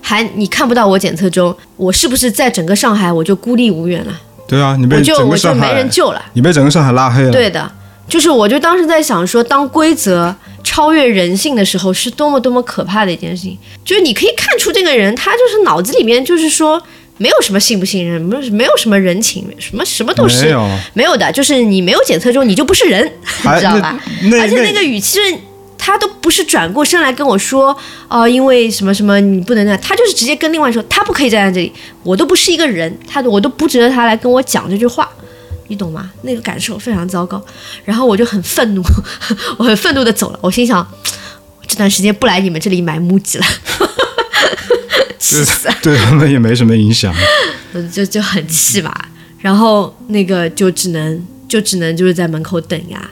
Speaker 2: 还你看不到我检测中，我是不是在整个上海我就孤立无援了？
Speaker 1: 对啊，你
Speaker 2: 我
Speaker 1: 被
Speaker 2: 就
Speaker 1: 整
Speaker 2: 我
Speaker 1: 个
Speaker 2: 就
Speaker 1: 上
Speaker 2: 没
Speaker 1: 海
Speaker 2: 人，救了。
Speaker 1: 你被整个上海拉黑了，
Speaker 2: 对的，就是我就当时在想说，当规则超越人性的时候，是多么多么可怕的一件事情。就是你可以看出这个人，他就是脑子里面就是说没有什么信不信任，没有没有什么人情，什么什么都
Speaker 1: 没
Speaker 2: 是
Speaker 1: 有，
Speaker 2: 没有的。就是你没有检测中，你就不是人，你
Speaker 1: 还
Speaker 2: 知道吧？
Speaker 1: 那那
Speaker 2: 而且那个
Speaker 1: 那
Speaker 2: 语气是，他都不是转过身来跟我说，哦、因为什么什么你不能那样，他就是直接跟另外说，他不可以站在这里，我都不是一个人，他我都不值得他来跟我讲这句话，你懂吗？那个感受非常糟糕，然后我就很愤怒， [LAUGHS] 我很愤怒的走了，我心想，这段时间不来你们这里买木吉了，气
Speaker 1: 对
Speaker 2: 死了，
Speaker 1: [LAUGHS] 对他们也没什么影响，
Speaker 2: 我就就很气吧，然后那个就只能 [LAUGHS] 就只能就是在门口等呀，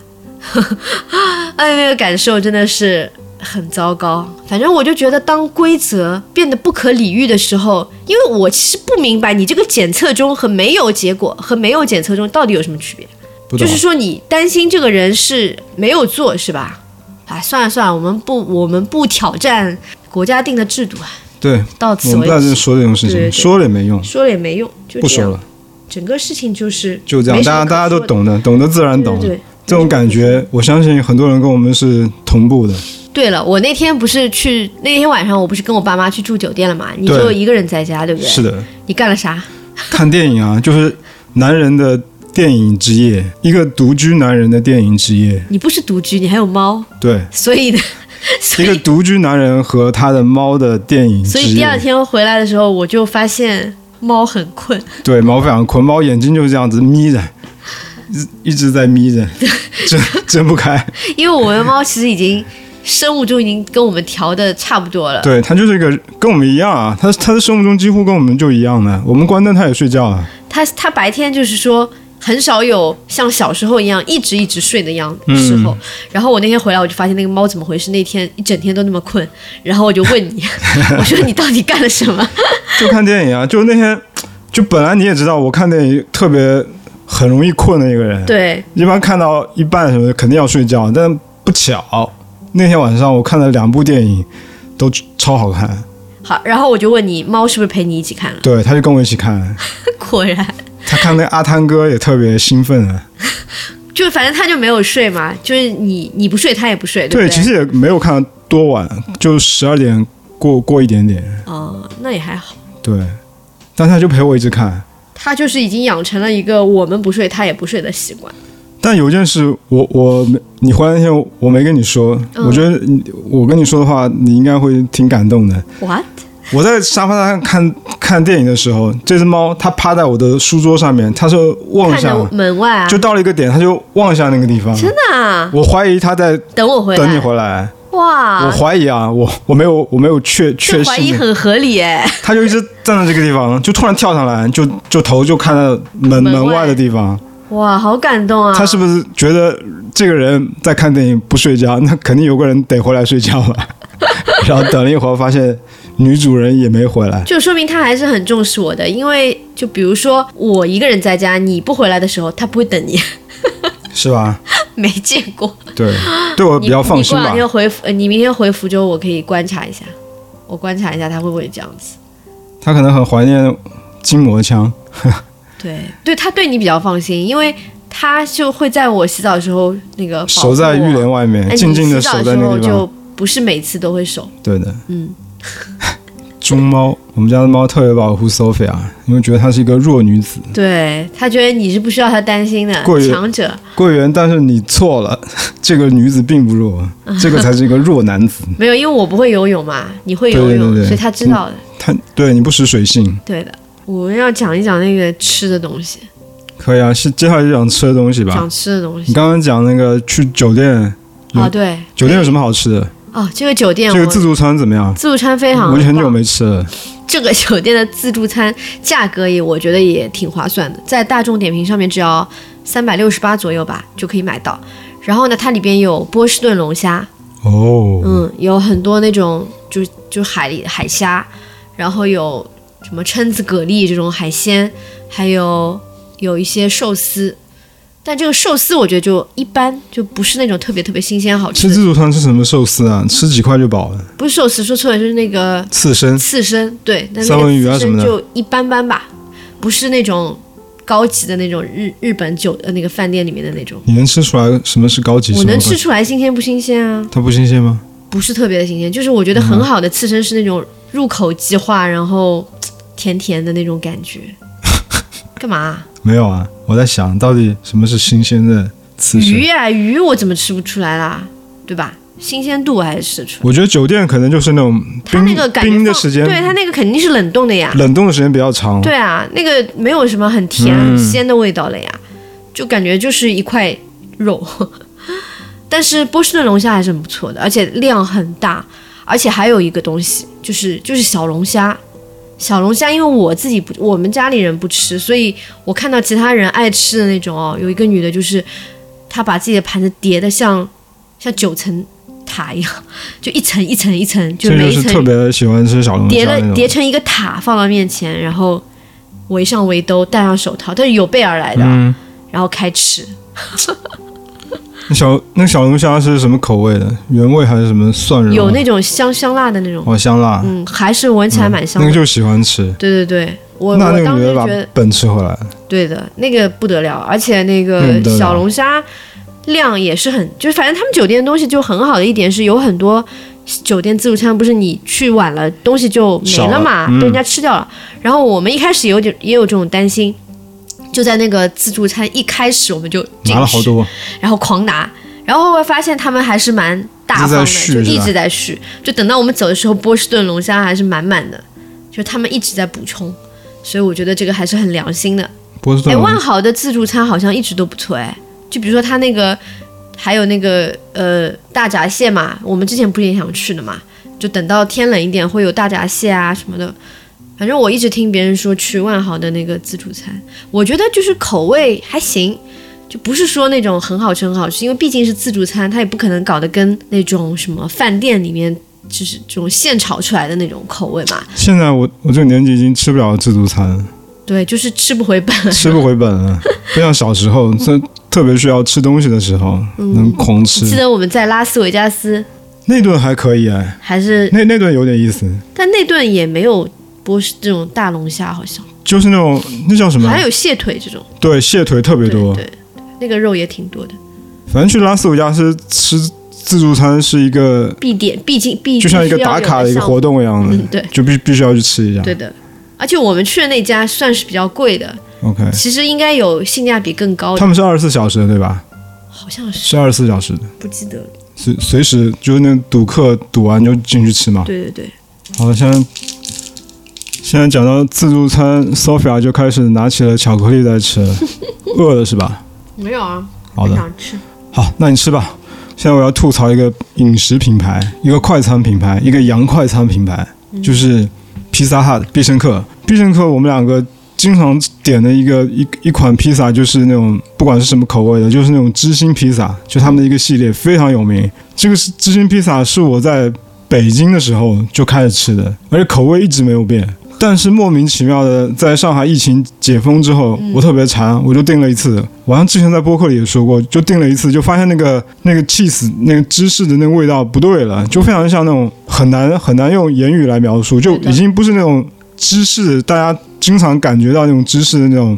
Speaker 2: 哎，那个感受真的是很糟糕。反正我就觉得，当规则变得不可理喻的时候，因为我其实不明白你这个检测中和没有结果和没有检测中到底有什么区别。
Speaker 1: 不
Speaker 2: 就
Speaker 1: 懂
Speaker 2: 是说你担心这个人是没有做是吧？哎，算了算了，我们不我们不挑战国家定的制度啊，
Speaker 1: 对，
Speaker 2: 到此
Speaker 1: 我们
Speaker 2: 为
Speaker 1: 不要在这
Speaker 2: 止，
Speaker 1: 说这种事
Speaker 2: 对对对
Speaker 1: 情，说了也没用，
Speaker 2: 说了也没用，就
Speaker 1: 不
Speaker 2: 这
Speaker 1: 说
Speaker 2: 样。
Speaker 1: 了，
Speaker 2: 整个事情就是
Speaker 1: 就这样，
Speaker 2: 没什
Speaker 1: 大
Speaker 2: 么
Speaker 1: 家
Speaker 2: 可
Speaker 1: 大家都
Speaker 2: 说的，
Speaker 1: 懂的，懂得自然懂
Speaker 2: 对
Speaker 1: 了。
Speaker 2: 对
Speaker 1: 这种感觉，我相信很多人跟我们是同步的。
Speaker 2: 对了，我那天不是去那天晚上，我不是跟我爸妈去住酒店了嘛？你
Speaker 1: 对
Speaker 2: 就一个人在家，对不对？
Speaker 1: 是的，
Speaker 2: 你干了啥？
Speaker 1: 看电影啊，就是男人的电影之夜，一个独居男人的电影之夜。
Speaker 2: 你不是独居，你还有猫，
Speaker 1: 对，[LAUGHS]
Speaker 2: 所以呢，所
Speaker 1: 一个
Speaker 2: 以
Speaker 1: 独居男人和他的猫的电影之
Speaker 2: 所
Speaker 1: 夜。
Speaker 2: 以第二天回来的时候，我就发现猫很困，
Speaker 1: 对，毛非常困，猫眼睛就是这样子眯着，一一直在眯
Speaker 2: [LAUGHS]
Speaker 1: 着，睁睁不开。
Speaker 2: 因为我们猫其实已经生物钟已经跟我们调的差不多了。
Speaker 1: 对，它就是一个跟我们一样啊，它它的生物钟几乎跟我们就一样的，我们关灯它也睡觉啊。
Speaker 2: 它它白天就是说很少有像小时候一样一直一直睡的样
Speaker 1: 嗯
Speaker 2: 时候。然后我那天回来我就发现那个猫怎么回事，那天一整天都那么困。然后我就问
Speaker 1: [LAUGHS]
Speaker 2: 你，我说你到底干了什么？ [LAUGHS]
Speaker 1: 就看电影啊，就那天，就本来你也知道，我看电影特别很容易困的一个人，
Speaker 2: 对，
Speaker 1: 一般看到一半什么的肯定要睡觉，但不巧那天晚上我看了两部电影，都超好看，
Speaker 2: 好，然后我就问你，猫是不是陪你一起看了？
Speaker 1: 对，他就跟我一起看，
Speaker 2: [LAUGHS] 果然，
Speaker 1: 他看那个阿汤哥也特别兴奋啊，
Speaker 2: 就反正它就没有睡嘛，就是你你不睡，它也不睡，不
Speaker 1: 对，
Speaker 2: 对？
Speaker 1: 其实也没有看多晚，就十二点过过一点点，
Speaker 2: 哦、那也还好。
Speaker 1: 对，但他就陪我一直看，
Speaker 2: 它就是已经养成了一个我们不睡，它也不睡的习惯。
Speaker 1: 但有一件事，我我没你回来那天我没跟你说，
Speaker 2: 嗯
Speaker 1: 我觉得你我跟你说的话，你应该会挺感动的。
Speaker 2: What？
Speaker 1: 我在沙发上看看电影的时候，这只猫它趴在我的书桌上面，它就望
Speaker 2: 看
Speaker 1: 向
Speaker 2: 着
Speaker 1: 我，
Speaker 2: 门外啊
Speaker 1: 就！到了一个点，它就望向那个地方。
Speaker 2: 真的啊！
Speaker 1: 我怀疑它在
Speaker 2: 等我回来。
Speaker 1: 等你回来，
Speaker 2: 哇！
Speaker 1: 我怀疑啊，我我没有我没有确
Speaker 2: 这
Speaker 1: 确
Speaker 2: 怀疑
Speaker 1: 信，
Speaker 2: 很合理哎，
Speaker 1: 它就一直站在这个地方，就突然跳上来，就就头就看到门
Speaker 2: 门
Speaker 1: 门
Speaker 2: 外
Speaker 1: 外的地方。
Speaker 2: [LAUGHS] 哇，好感动啊！
Speaker 1: 他是不是觉得这个人在看电影不睡觉，那肯定有个人得回来睡觉
Speaker 2: [LAUGHS]
Speaker 1: 吧？然后等了一会儿，发现女主人也没回来。
Speaker 2: 就说明他还是很重视我的，因为就比如说我一个人在家，你不回来的时候，他不会等你， [LAUGHS]
Speaker 1: 是吧？
Speaker 2: 没见过。
Speaker 1: 对，对我比较放心
Speaker 2: 你过
Speaker 1: 吧
Speaker 2: 两。天回福，呃你明天回福州，我可以观察一下，我观察一下他会不会这样子。
Speaker 1: 他可能很怀念筋膜枪，
Speaker 2: 对，对他对你比较放心，因为他就会在我洗澡的时候那个保护
Speaker 1: 守在
Speaker 2: 我
Speaker 1: 浴帘外面，
Speaker 2: 哎
Speaker 1: 静静
Speaker 2: 你
Speaker 1: 的
Speaker 2: 洗澡
Speaker 1: 守
Speaker 2: 的
Speaker 1: 在
Speaker 2: 时
Speaker 1: 那
Speaker 2: 候
Speaker 1: 个地
Speaker 2: 就
Speaker 1: 方。
Speaker 2: 不是每次都会守，
Speaker 1: 对的，
Speaker 2: 嗯。
Speaker 1: [LAUGHS] 中猫，我们家的猫特别保护 Sophia，因为觉得她是一个弱女子。
Speaker 2: 对他觉得你是不需要他担心的
Speaker 1: 过于
Speaker 2: 强者。
Speaker 1: 桂圆，但是你错了， [LAUGHS] 这个女子并不弱，这个才是一个弱男子。
Speaker 2: 没有，因为我不会游泳嘛，你会游泳，
Speaker 1: 对对对对
Speaker 2: 所以他知道的。
Speaker 1: 她对你不识水性。
Speaker 2: 对的，我们要讲一讲那个吃的东西，
Speaker 1: 可以啊，是接下来就讲吃的东西吧
Speaker 2: 讲。吃的东
Speaker 1: 你
Speaker 2: 西。
Speaker 1: 刚刚讲那个去酒店，有
Speaker 2: 啊，对，
Speaker 1: 酒店有什么好吃的？
Speaker 2: 哦，这个酒店我
Speaker 1: 这个自助餐怎么样？
Speaker 2: 自助餐非常
Speaker 1: 我已经很久
Speaker 2: 棒
Speaker 1: 没吃了。
Speaker 2: 这个酒店的自助餐价格也我觉得也挺划算的，在大众点评上面只要三百六十八左右吧就可以买到。然后呢，它里边有波士顿龙虾，
Speaker 1: 哦，
Speaker 2: 嗯，有很多那种就就海里海虾，然后有什么蛏子、蛤蜊这种海鲜，还有有一些寿司。但这个寿司我觉得就一般，就不是那种特别特别新鲜好
Speaker 1: 吃
Speaker 2: 吃的。
Speaker 1: 自助餐吃什么寿司啊？吃几块就饱了。
Speaker 2: 不是寿司，说错了，就是那个
Speaker 1: 刺身
Speaker 2: 刺身，对，但那
Speaker 1: 三
Speaker 2: 个
Speaker 1: 文鱼啊
Speaker 2: 刺
Speaker 1: 什么
Speaker 2: 身
Speaker 1: 的
Speaker 2: 就一般般吧，不是那种高级的那种日日本酒呃那个饭店里面的那种。
Speaker 1: 你能吃出来什么是高级？
Speaker 2: 我
Speaker 1: 什么
Speaker 2: 能
Speaker 1: 不
Speaker 2: 吃出来新鲜不新鲜啊？
Speaker 1: 它不新鲜吗？
Speaker 2: 不是特别的新鲜，就是我觉得
Speaker 1: 嗯
Speaker 2: 很好的刺身是那种入口即化，然后嘖甜甜的那种感
Speaker 1: [LAUGHS]
Speaker 2: 觉。干嘛？
Speaker 1: 没有啊，我在想到底什么是新鲜的刺身
Speaker 2: 鱼。呀、鱼我怎么吃不出来啦？对吧？新鲜度我还是吃出来。
Speaker 1: 我觉得酒店可能就是那种
Speaker 2: 它
Speaker 1: 冰
Speaker 2: 那个感觉
Speaker 1: 冰的
Speaker 2: 放
Speaker 1: 时间，
Speaker 2: 对它那个肯定是冷冻的呀。
Speaker 1: 冷冻的时间比较长。
Speaker 2: 对啊，那个没有什么很甜、
Speaker 1: 哦嗯
Speaker 2: 很鲜的味道了呀，就感觉就是一块肉。 [LAUGHS] 但是波士顿龙虾还是很不错的，而且量很大，而且还有一个东西就是就是小龙虾。小龙虾，因为我自己不，我们家里人不吃，所以我看到其他人爱吃的那种哦，有一个女的，就是她把自己的盘子叠得像像九层塔一样，就一层一层一层，就
Speaker 1: 这
Speaker 2: 每
Speaker 1: 就
Speaker 2: 一
Speaker 1: 是
Speaker 2: 层
Speaker 1: 特别喜欢吃小龙
Speaker 2: 叠
Speaker 1: 虾
Speaker 2: 了
Speaker 1: 那
Speaker 2: 叠
Speaker 1: 种。
Speaker 2: 成一个塔放到面前，然后围上围兜，戴上手套，但是有备而来的，
Speaker 1: 嗯，
Speaker 2: 然后开吃。
Speaker 1: 那小那小龙虾是什么口味的？原味还是什么蒜蓉？
Speaker 2: 有那种香香辣的那种，
Speaker 1: 哦香辣，
Speaker 2: 嗯，还是闻起来蛮香
Speaker 1: 那
Speaker 2: 的。
Speaker 1: 个就喜欢吃。
Speaker 2: 对对对，我
Speaker 1: 那那
Speaker 2: 我
Speaker 1: 个
Speaker 2: 当
Speaker 1: 女
Speaker 2: 时
Speaker 1: 的
Speaker 2: 觉
Speaker 1: 把
Speaker 2: 得
Speaker 1: 本吃回来，
Speaker 2: 对的，那个不得了，而且那
Speaker 1: 那
Speaker 2: 个
Speaker 1: 个嗯不得了
Speaker 2: 小龙虾量也是很，就是反正他们酒店的东西就很好的一点是有很多。酒店自助餐不是你去晚了东西就没
Speaker 1: 少
Speaker 2: 了
Speaker 1: 了
Speaker 2: 嘛，
Speaker 1: 嗯
Speaker 2: 被人家吃掉了。然后我们一开始也有点也有这种担心，就在那个自助餐一开始我们就进
Speaker 1: 拿了
Speaker 2: 去
Speaker 1: 好多。
Speaker 2: 然后狂拿，然后后来发现他们还是蛮大方
Speaker 1: 一直
Speaker 2: 的，
Speaker 1: 在续
Speaker 2: 就是
Speaker 1: 吧
Speaker 2: 一直在续。就等到我们走的时候，波士顿龙虾还是满满的，就他们一直在补充，所以我觉得这个还是很良心的。
Speaker 1: 波士
Speaker 2: 哎，
Speaker 1: 顿
Speaker 2: 万豪的自助餐好像一直都不错哎，就比如说他那个，还有那个呃大闸蟹嘛，我们之前不是也想去的嘛，就等到天冷一点会有大闸蟹啊什么的。反正我一直听别人说去万豪的那个自助餐，我觉得就是口味还行，就不是说那种很好吃很好吃，因为毕竟是自助餐，它也不可能搞得跟那种什么饭店里面就是这种现炒出来的那种口味嘛。
Speaker 1: 现在我我这个年纪已经吃不了自助餐
Speaker 2: [LAUGHS]
Speaker 1: 了，
Speaker 2: 对，就是吃不回本。
Speaker 1: 吃不回本了，不像小时候，这特别需要吃东西的时候能狂
Speaker 2: 嗯记
Speaker 1: 吃。
Speaker 2: 得我们在拉斯维加斯
Speaker 1: 那顿还可以哎，
Speaker 2: 还是
Speaker 1: 那那顿有点意思，
Speaker 2: 但那顿也没有波士这种大龙虾，好像
Speaker 1: 就是那种那叫什么
Speaker 2: 好？像有蟹腿这种，
Speaker 1: 对，蟹腿特别
Speaker 2: 对
Speaker 1: 多。
Speaker 2: 对，那个肉也挺多的，
Speaker 1: 反正去拉斯维加斯吃自助餐是一个，
Speaker 2: 必点必经必
Speaker 1: 就像一个打卡的一个活
Speaker 2: 动，
Speaker 1: 动一样的，
Speaker 2: 嗯，对
Speaker 1: 就必必须要去吃一下。
Speaker 2: 对的。而且我们去的那家算是比较贵的，
Speaker 1: OK，
Speaker 2: 其实应该有性价比更高
Speaker 1: 他
Speaker 2: 的，
Speaker 1: 们是二十四小时的对吧？
Speaker 2: 好像是
Speaker 1: 是二十四小时的，
Speaker 2: 不记得了。
Speaker 1: 随随时就是那赌客赌完就进去吃嘛。
Speaker 2: 对对对，
Speaker 1: 好了，现在现在讲到自助餐，Sophia 就开始拿起了巧克力在吃
Speaker 2: [LAUGHS]
Speaker 1: 了，饿了是吧？
Speaker 2: 没有啊，
Speaker 1: 好的，
Speaker 2: 想吃。
Speaker 1: 好，那你吃吧。现在我要吐槽一个饮食品牌，一个快餐品牌，一个洋快餐品牌，就是披萨 hut 必胜客。必胜客我们两个经常点的一个一一款披萨，就是那种不管是什么口味的，就是那种芝心披萨，就他们的一个系列非常有名。这个是芝心披萨是我在北京的时候就开始吃的，而且口味一直没有变。但是莫名其妙的，在上海疫情解封之后，
Speaker 2: 嗯
Speaker 1: 我特别馋，我就订了一次。我好像之前在播客里也说过，就订了一次，就发现那个那个 cheese 那个芝士的那个味道不对了，就非常像那种很难很难用言语来描述，就
Speaker 2: 对的
Speaker 1: 已经不是那种芝士，大家经常感觉到那种芝士的那种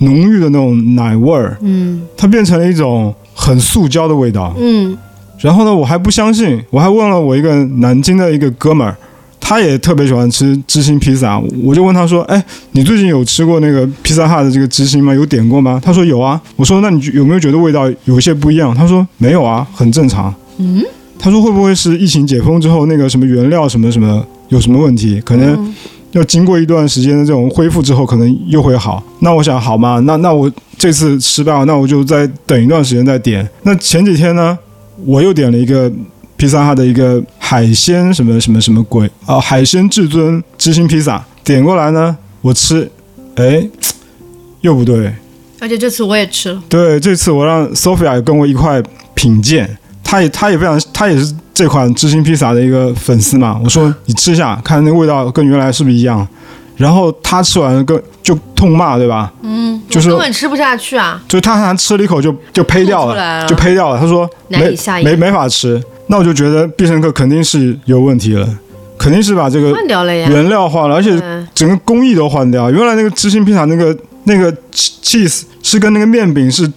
Speaker 1: 浓郁的那种奶味儿，
Speaker 2: 嗯
Speaker 1: 它变成了一种很塑胶的味道。
Speaker 2: 嗯，
Speaker 1: 然后呢，我还不相信，我还问了我一个南京的一个哥们儿，他也特别喜欢吃芝心披萨，我就问他说：“哎，你最近有吃过那个披萨哈的这个芝心吗？有点过吗？”他说有啊。我说：“那你有没有觉得味道有一些不一样？”他说：“没有啊，很正常。”
Speaker 2: 嗯，
Speaker 1: 他说：“会不会是疫情解封之后那个什么原料什么什么有什么问题？可能
Speaker 2: 嗯
Speaker 1: 要经过一段时间的这种恢复之后，可能又会好。那我想，好嘛，那那我这次失败了，那我就再等一段时间再点。那前几天呢，我又点了一个披萨哈的一个海鲜什么什么什么鬼啊、海鲜至尊芝心披萨，点过来呢，我吃，哎，又不对，
Speaker 2: 而且这次我也吃了，
Speaker 1: 对，这次我让 Sophia 跟我一块品鉴，她也她也非常，她也是这款知心披萨的一个粉丝嘛。我说你吃一下，看那个味道跟原来是不是一样。然后她吃完了跟就痛骂，对吧？
Speaker 2: 嗯，
Speaker 1: 就是
Speaker 2: 我根本吃不下去啊，
Speaker 1: 就她还吃了一口就就呸掉
Speaker 2: 吐出来
Speaker 1: 了，
Speaker 2: 了
Speaker 1: 就呸掉了。她说
Speaker 2: 难以
Speaker 1: 没
Speaker 2: 下咽
Speaker 1: 没没法吃，那我就觉得必胜客肯定是有问题了，肯定是把这个
Speaker 2: 换掉了呀。
Speaker 1: 原料换了，而且
Speaker 2: 嗯
Speaker 1: 整个工艺都换掉。原来那个芝心披萨那个那个 cheese 是跟那个面饼是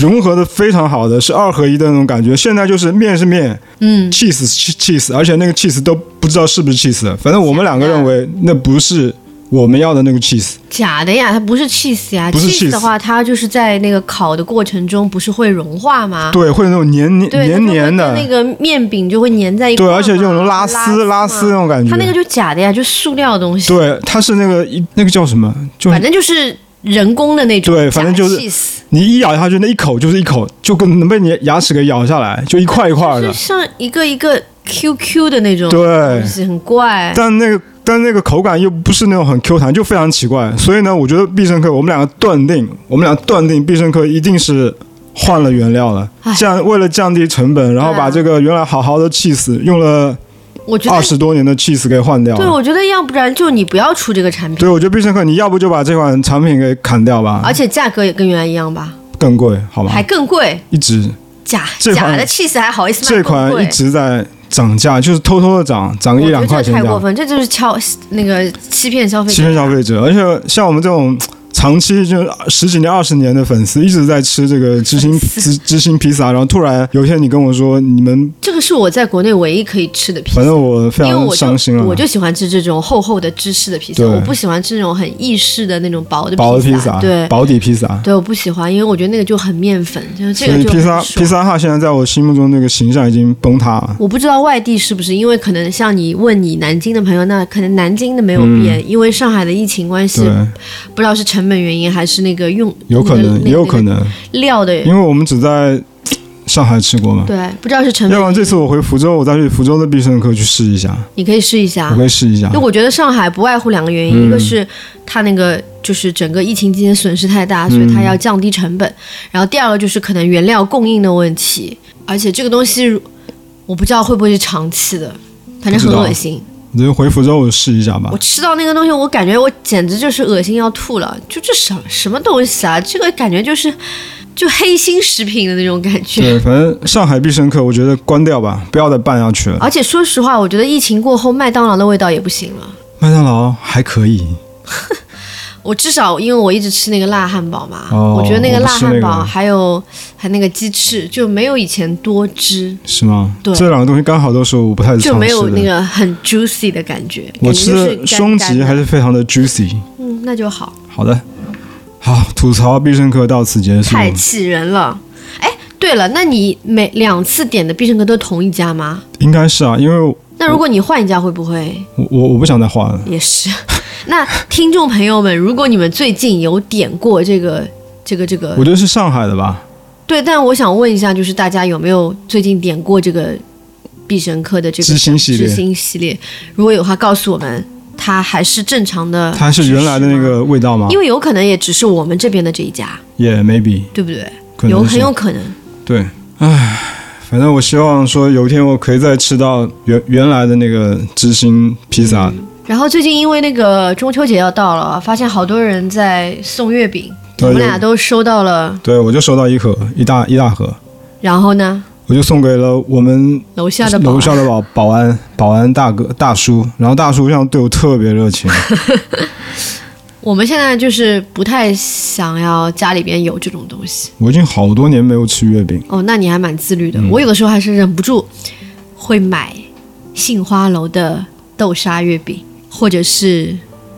Speaker 1: 融合的非常好的，是二合一的那种感觉。现在就是面是面
Speaker 2: 嗯，
Speaker 1: ，cheese 是 cheese，而且那个 cheese 都不知道是不是 cheese 的。反正我们两个认为那不是我们要的那个 cheese。
Speaker 2: 假的呀，它不是 cheese 呀
Speaker 1: 不是
Speaker 2: cheese 的
Speaker 1: cheese
Speaker 2: 话，它就是在那个烤的过程中不是会融化吗？
Speaker 1: 对，会有那种黏黏
Speaker 2: 对，它就
Speaker 1: 黏
Speaker 2: 会
Speaker 1: 黏的
Speaker 2: 跟，那个面饼就会粘在一块
Speaker 1: 对，
Speaker 2: 儿嘛，
Speaker 1: 而且这种拉
Speaker 2: 丝
Speaker 1: 丝拉丝那
Speaker 2: 嘛，
Speaker 1: 种感觉。
Speaker 2: 它那个就假的呀，就塑料的东西，
Speaker 1: 对，它是那个一那个叫什么？就是
Speaker 2: 反正就是人工的那种假 cheese，
Speaker 1: 对反正就是你一咬下去，那一口就是一口，就跟能被你牙齿给咬下来，就一块一块
Speaker 2: 就
Speaker 1: 的
Speaker 2: 是。像一个一个 QQ 的那种
Speaker 1: 哎对
Speaker 2: 东，西，很怪。
Speaker 1: 但那个但那个口感又不是那种很 Q 弹，就非常奇怪。所以呢，我觉得必胜客，我们两个断定，我们俩断定必胜客一定是换了原料了，降为了降低成本，然后把这个原来好好的 cheese 用了
Speaker 2: 啊我觉得
Speaker 1: 二十多年的 cheese 给换掉
Speaker 2: 对，
Speaker 1: 了。
Speaker 2: 我觉得要不然就你不要出这个产品，
Speaker 1: 啊对，我觉得必胜客，你要不就把这款产品给砍掉吧
Speaker 2: 而，且价格也跟原来一样吧，
Speaker 1: 更贵，好吧
Speaker 2: 啊还？更贵，
Speaker 1: 一直
Speaker 2: 假
Speaker 1: 这款
Speaker 2: 假的 cheese 还好意思卖
Speaker 1: 这
Speaker 2: 更
Speaker 1: 款
Speaker 2: 贵
Speaker 1: 一直在涨价，就是偷偷的涨，涨一两块钱
Speaker 2: 我觉得这太
Speaker 1: 这样
Speaker 2: 过。分，这就是敲那个欺骗消费
Speaker 1: 欺
Speaker 2: 者。
Speaker 1: 骗消费者，而且像我们这种长期就是十几年、二十年的粉丝，一直在吃这个知心知知心披萨，然后突然有一天你跟我说，你们
Speaker 2: 这个是我在国内唯一可以吃的披萨
Speaker 1: 反，正我非
Speaker 2: 因为
Speaker 1: 常
Speaker 2: 我
Speaker 1: 伤心
Speaker 2: 就
Speaker 1: 了，
Speaker 2: 我就喜欢吃这种厚厚的芝士的披萨，
Speaker 1: 对
Speaker 2: 我不喜欢吃那种很意式的那种薄的
Speaker 1: 薄的披
Speaker 2: 披
Speaker 1: 萨，
Speaker 2: 对
Speaker 1: 薄底披萨。
Speaker 2: 对，我不喜欢，因为我觉得那个就很面粉，就是这
Speaker 1: 所
Speaker 2: 个
Speaker 1: 以
Speaker 2: 就
Speaker 1: 披萨
Speaker 2: 很
Speaker 1: 披
Speaker 2: 爽
Speaker 1: 萨哈现在在我心目中那个形象已经崩塌了。
Speaker 2: 我不知道外地是不是，因为可能像你问你南京的朋友，那可能南京的没有变，因为上海的疫情关系，
Speaker 1: 嗯对，
Speaker 2: 不知道是成本原因还是那个用
Speaker 1: 有可
Speaker 2: 那个
Speaker 1: 能，也有
Speaker 2: 那个
Speaker 1: 可能，
Speaker 2: 料的，
Speaker 1: 因为我们只在上海吃过嘛。
Speaker 2: 对，不知道是成
Speaker 1: 要
Speaker 2: 本
Speaker 1: 不然
Speaker 2: 原因。
Speaker 1: 这次我回福州，我再去福州的必胜客去试一下，
Speaker 2: 你可以试一下
Speaker 1: 我，可以试一下
Speaker 2: 就。我觉得上海不外乎两个原因，
Speaker 1: 嗯
Speaker 2: 一个是它那个就是整个疫情期间损失太大，所以
Speaker 1: 嗯
Speaker 2: 它要降低成本；然后第二个就是可能原料供应的问题，而且这个东西我不知道会不会是长期的，反正很
Speaker 1: 不知道啊
Speaker 2: 恶心。
Speaker 1: 我就回福州我试一下吧
Speaker 2: 我。吃到那个东西，我感觉我简直就是恶心要吐了，就这什什么东西啊？这个感觉就是就黑心食品的那种感觉。
Speaker 1: 对，反正上海必胜客，我觉得关掉吧，不要再办下去了。
Speaker 2: 而且说实话，我觉得疫情过后，麦当劳的味道也不行了。
Speaker 1: 麦当劳还可以，
Speaker 2: 我至少因为我一直吃那个辣汉堡嘛，
Speaker 1: 哦
Speaker 2: 我觉得那个辣汉
Speaker 1: 我不吃那
Speaker 2: 堡
Speaker 1: 个
Speaker 2: 还有还那个鸡翅就没有以前多汁，
Speaker 1: 是吗？
Speaker 2: 对
Speaker 1: 这两个东西刚好都是我不太
Speaker 2: 就
Speaker 1: 常
Speaker 2: 没
Speaker 1: 吃
Speaker 2: 有
Speaker 1: 的。
Speaker 2: 那个很 juicy 的感觉。
Speaker 1: 我
Speaker 2: 感觉
Speaker 1: 吃
Speaker 2: 就是
Speaker 1: 的
Speaker 2: 干
Speaker 1: 双
Speaker 2: 干
Speaker 1: 极
Speaker 2: 的
Speaker 1: 还是非常的 juicy。
Speaker 2: 嗯，那就好，
Speaker 1: 好的，好，吐槽必胜客到此结束。
Speaker 2: 太气人了。
Speaker 1: 嗯
Speaker 2: 哎，对了，那你每两次点的必胜客都同一家吗？
Speaker 1: 应该是啊，因为我
Speaker 2: 那如果你换一家会不会
Speaker 1: 我我不想再换了。
Speaker 2: 也
Speaker 1: [LAUGHS]
Speaker 2: 是？那听众朋友们，如果你们最近有点过这个这个这个
Speaker 1: 我，觉得是上海的吧，
Speaker 2: 对，但我想问一下，就是大家有没有最近点过这个必胜客的这个
Speaker 1: 知心系
Speaker 2: 知
Speaker 1: 列，
Speaker 2: 心系列？如果有的话，告诉我们，它还是正常的，
Speaker 1: 它是原来的那，个啊味道吗？
Speaker 2: 因为有可能也只是我们这边的这一家，
Speaker 1: 也、maybe
Speaker 2: 对不对？
Speaker 1: 可
Speaker 2: 有
Speaker 1: 能
Speaker 2: 很
Speaker 1: 是
Speaker 2: 有可能。
Speaker 1: 对，唉，反正我希望说有一天我可以再吃到原原来的那个知心披萨。
Speaker 2: 然后最近因为那个中秋节要到了，发现好多人在送月饼，我
Speaker 1: 对
Speaker 2: 们
Speaker 1: 有
Speaker 2: 俩都收到了。
Speaker 1: 对，我就收到一盒，一大一大盒，
Speaker 2: 然后呢，
Speaker 1: 我就送给了我们
Speaker 2: 楼下的保
Speaker 1: 楼
Speaker 2: 安
Speaker 1: 下的保保安保安大哥大叔，然后大叔像对我特别热
Speaker 2: [LAUGHS]
Speaker 1: 情，
Speaker 2: 我们现在就是不太想要家里边有这种东西。
Speaker 1: 我已经好多年没有吃月饼，
Speaker 2: 哦，那你还蛮自律
Speaker 1: 嗯
Speaker 2: 的。我有的时候还是忍不住会买杏花楼的豆沙月饼，或者是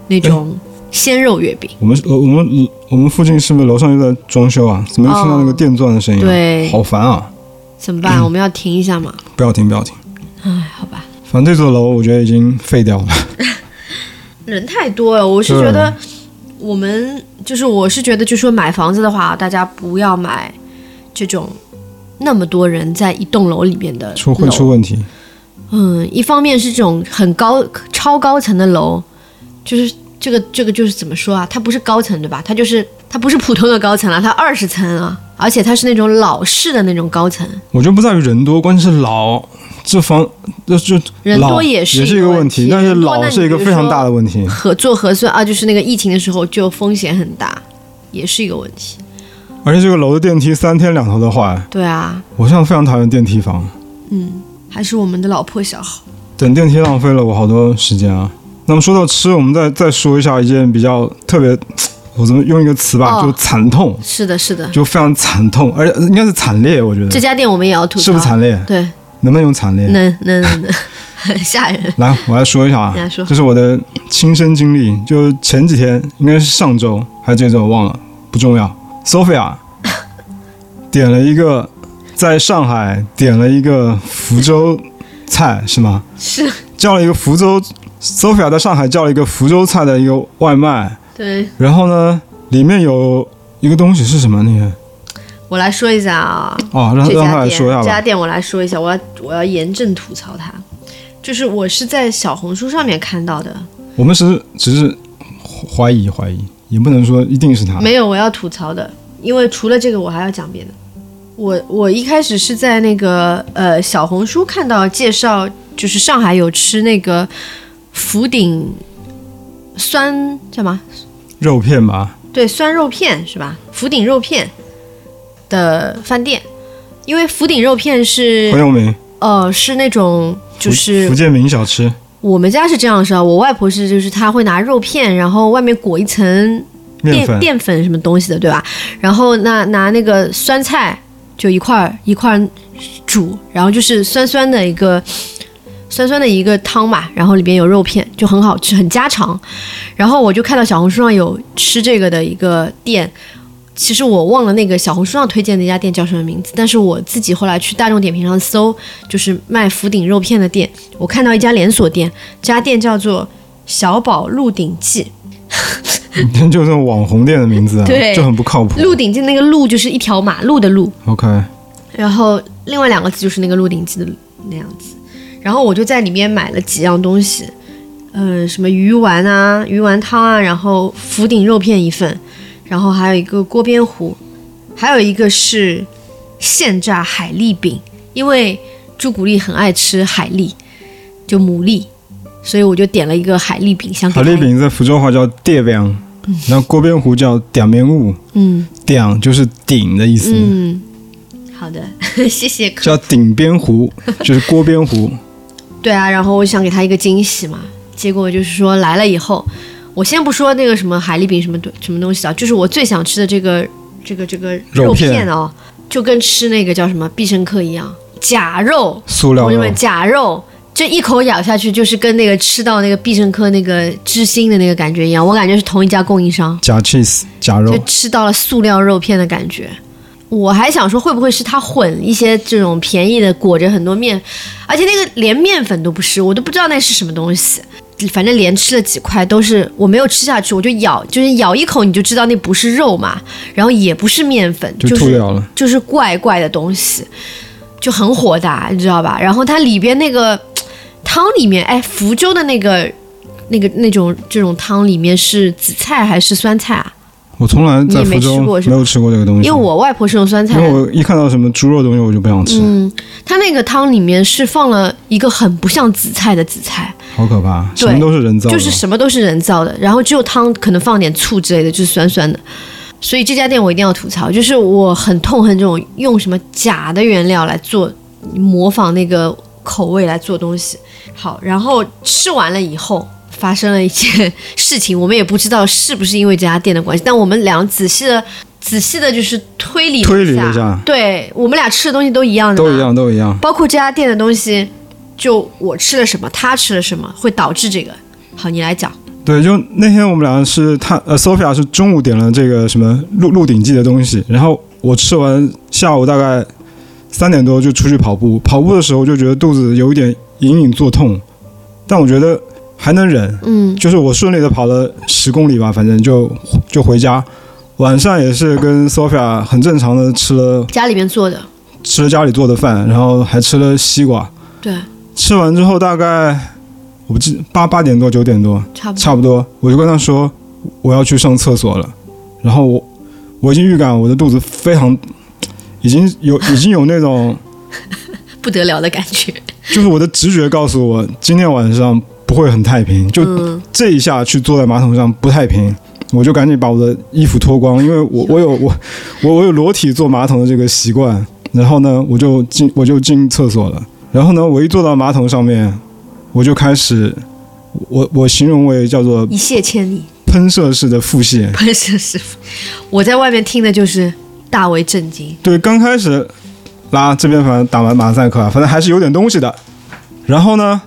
Speaker 2: 那种鲜肉月饼。
Speaker 1: 我们呃我们我们附近是不是楼上又在装修啊？怎么又听到那个电钻的声音、啊
Speaker 2: 哦对
Speaker 1: 好烦啊！
Speaker 2: 怎么办？我们要停一下吗？
Speaker 1: 不要停，不要停，
Speaker 2: 哎，好吧，
Speaker 1: 反正这座楼我觉得已经废掉了。
Speaker 2: 人太多了，我是
Speaker 1: 对啊
Speaker 2: 觉得我们就是我是觉得，就说买房子的话，大家不要买这种那么多人在一栋楼里面的
Speaker 1: 出会
Speaker 2: 楼
Speaker 1: 出问题，
Speaker 2: 嗯，一方面是这种很高超高层的楼，就是这个这个就是怎么说啊？它不是高层对吧？它就是它不是普通的高层了，它二十层啊，而且它是那种老式的那种高层，
Speaker 1: 我觉得不在于人多，关键是老，这房这这
Speaker 2: 人
Speaker 1: 老
Speaker 2: 多也
Speaker 1: 是
Speaker 2: 是一
Speaker 1: 一
Speaker 2: 个
Speaker 1: 个
Speaker 2: 问
Speaker 1: 问
Speaker 2: 题
Speaker 1: 但是
Speaker 2: 人多
Speaker 1: 老
Speaker 2: 那
Speaker 1: 是一
Speaker 2: 你
Speaker 1: 个
Speaker 2: 比
Speaker 1: 非
Speaker 2: 如
Speaker 1: 常
Speaker 2: 说
Speaker 1: 大的问题。
Speaker 2: 核做核酸啊，就是那个疫情的时候就风险很大，也是一个问题。
Speaker 1: 而且这个楼的电梯三天两头的坏，
Speaker 2: 对啊，
Speaker 1: 我现在非常讨厌电梯房。
Speaker 2: 还是我们的老破小好。
Speaker 1: 等电梯浪费了我好多时间啊。那么说到吃，我们再再说一下一件比较特别，我怎么用一个词吧，
Speaker 2: 哦
Speaker 1: 就惨痛，
Speaker 2: 是的，是的，
Speaker 1: 就非常惨痛，而且应该是惨烈，我觉
Speaker 2: 这
Speaker 1: 得
Speaker 2: 家店我们也要吐槽，
Speaker 1: 是不是惨烈？
Speaker 2: 对，
Speaker 1: 能不能用惨烈？
Speaker 2: 能能能能， [LAUGHS] 很吓人。
Speaker 1: 来，我来说一下啊
Speaker 2: 你来说，
Speaker 1: 这是我的亲身经历，就是前几天，应该是上周还是这周，我忘了，不重要。Sophia 点了一个，在上海点了一个福州菜，是吗？
Speaker 2: 是，
Speaker 1: 叫了一个福州，Sophia 在上海叫了一个福州菜的一个外卖，
Speaker 2: 对。
Speaker 1: 然后呢，里面有一个东西是什么？那个
Speaker 2: 我来说一下啊，
Speaker 1: 哦，让
Speaker 2: 这
Speaker 1: 让他
Speaker 2: 家
Speaker 1: 来
Speaker 2: 店，
Speaker 1: 说一下
Speaker 2: 这家
Speaker 1: 吧。
Speaker 2: 店我来说一下，我要我要严正吐槽它。就是我是在小红书上面看到的，
Speaker 1: 我们只是只是怀疑怀疑，也不能说一定是他。
Speaker 2: 没有我要吐槽的，因为除了这个我还要讲别的。我我一开始是在那个呃小红书看到介绍，就是上海有吃那个福鼎酸叫什么？
Speaker 1: 肉片吧，
Speaker 2: 对，酸肉片是吧？福鼎肉片的饭店，因为福鼎肉片是
Speaker 1: 很有名，
Speaker 2: 呃是那种就
Speaker 1: 福
Speaker 2: 是
Speaker 1: 福建名小吃，
Speaker 2: 我们家是这样式啊，我外婆是就是她会拿肉片，然后外面裹一层
Speaker 1: 面
Speaker 2: 淀
Speaker 1: 粉
Speaker 2: 淀粉什么东西的，对吧？然后那拿那个酸菜就一块儿一块儿煮，然后就是酸酸的一个酸酸的一个汤吧，然后里边有肉片，就很好吃，很家常。然后我就看到小红书上有吃这个的一个店。其实我忘了那个小红书上推荐的一家店叫什么名字，但是我自己后来去大众点评上搜，就是卖福鼎肉片的店，我看到一家连锁店，这家店叫做小宝鹿鼎记，
Speaker 1: [LAUGHS] 就是网红店的名字啊，
Speaker 2: 对
Speaker 1: 就很不靠谱。
Speaker 2: 《鹿鼎记》那个“鹿”就是一条马路的“路
Speaker 1: OK，”，
Speaker 2: 然后另外两个字就是那个《鹿鼎记》的那样子。然后我就在里面买了几样东西，呃，什么鱼丸啊、鱼丸汤啊，然后福鼎肉片一份，然后还有一个锅边糊，还有一个是现榨海蛎饼，因为朱古力很爱吃海蛎，就牡蛎，所以我就点了一个海蛎饼，想给
Speaker 1: 海
Speaker 2: 他
Speaker 1: 蛎饼在福州话叫“嗲饼”，然后锅边糊叫“嗲面糊
Speaker 2: 嗯”，
Speaker 1: 嗲就是顶的意思，
Speaker 2: 嗯，好的， [LAUGHS] 谢谢客
Speaker 1: 叫顶边糊，就是锅边糊。
Speaker 2: 对啊，然后我想给他一个惊喜嘛，结果就是说来了以后，我先不说那个什么海蛎饼什么东什么东西啊，就是我最想吃的这个这个这个
Speaker 1: 肉
Speaker 2: 肉
Speaker 1: 片
Speaker 2: 片哦，就跟吃那个叫什么必胜客一样，假肉，
Speaker 1: 塑料
Speaker 2: 同学
Speaker 1: 肉
Speaker 2: 们，假肉。这一口咬下去，就是跟那个吃到那个必胜客那个知心的那个感觉一样，我感觉是同一家供应商。
Speaker 1: 假 cheese，假肉
Speaker 2: 就，吃到了塑料肉片的感觉。我还想说，会不会是它混一些这种便宜的，裹着很多面，而且那个连面粉都不是，我都不知道那是什么东西。反正连吃了几块，都是我没有吃下去，我就咬，就是咬一口你就知道那不是肉嘛，然后也不是面粉，
Speaker 1: 就
Speaker 2: 就
Speaker 1: 吐
Speaker 2: 是
Speaker 1: 掉了。
Speaker 2: 就是怪怪的东西，就很火大，你知道吧？然后它里边那个汤里面，哎，福州的那个那个那种这种汤里面是紫菜还是酸菜啊？
Speaker 1: 我从来在
Speaker 2: 你也
Speaker 1: 福
Speaker 2: 没吃
Speaker 1: 州
Speaker 2: 过是
Speaker 1: 没
Speaker 2: 吧
Speaker 1: 有吃过这个东西，
Speaker 2: 因为我外婆是用酸菜
Speaker 1: 因为我一看到什么猪肉东西我就不想吃，
Speaker 2: 嗯，它那个汤里面是放了一个很不像紫菜的紫菜，
Speaker 1: 好可怕，什
Speaker 2: 对
Speaker 1: 么都是人造的，
Speaker 2: 就是什么都是人造的，然后只有汤可能放点醋之类的，就是酸酸的。所以这家店我一定要吐槽，就是我很痛恨这种用什么假的原料来做，模仿那个口味来做东西。好，然后吃完了以后。发生了一件事情，我们也不知道是不是因为这家店的关系，但我们俩仔细的、仔细的，就是推理
Speaker 1: 推理了
Speaker 2: 了
Speaker 1: 一下
Speaker 2: 对我们俩吃的东西都一样的，
Speaker 1: 都一样都一样。
Speaker 2: 包括这家店的东西，就我吃了什么，他吃了什么，会导致这个。好，你来讲。
Speaker 1: 对，就那天我们俩是他呃，Sophia 是中午点了这个什么《鹿鹿鼎记》的东西，然后我吃完下午大概三点多就出去跑步，跑步的时候就觉得肚子有一点隐隐作痛，但我觉得还能忍，
Speaker 2: 嗯
Speaker 1: 就是我顺利的跑了十公里吧，反正就就回家。晚上也是跟 Sophia 很正常的吃了
Speaker 2: 家里面做的，
Speaker 1: 吃了家里做的饭，然后还吃了西瓜。
Speaker 2: 对，
Speaker 1: 吃完之后大概我不记八八点多九点多，
Speaker 2: 差不多。
Speaker 1: 差不多，我就跟他说我要去上厕所了，然后我我已经预感我的肚子非常，已经有已经有那种，
Speaker 2: 不得了的感觉。
Speaker 1: 就是我的直觉告诉我今天晚上不会很太平，就
Speaker 2: 嗯，
Speaker 1: 这一下去坐在马桶上不太平，我就赶紧把我的衣服脱光，因为我我有我我我有裸体坐马桶的这个习惯。然后呢，我就进我就进厕所了。然后呢，我一坐到马桶上面，我就开始，我我形容为叫做
Speaker 2: 一泻千里，
Speaker 1: 喷射式的腹泻。
Speaker 2: [LAUGHS] 不是师傅，我在外面听的就是大为震惊。
Speaker 1: 对，刚开始拉这边反正打完马赛克啊，反正还是有点东西的。然后呢，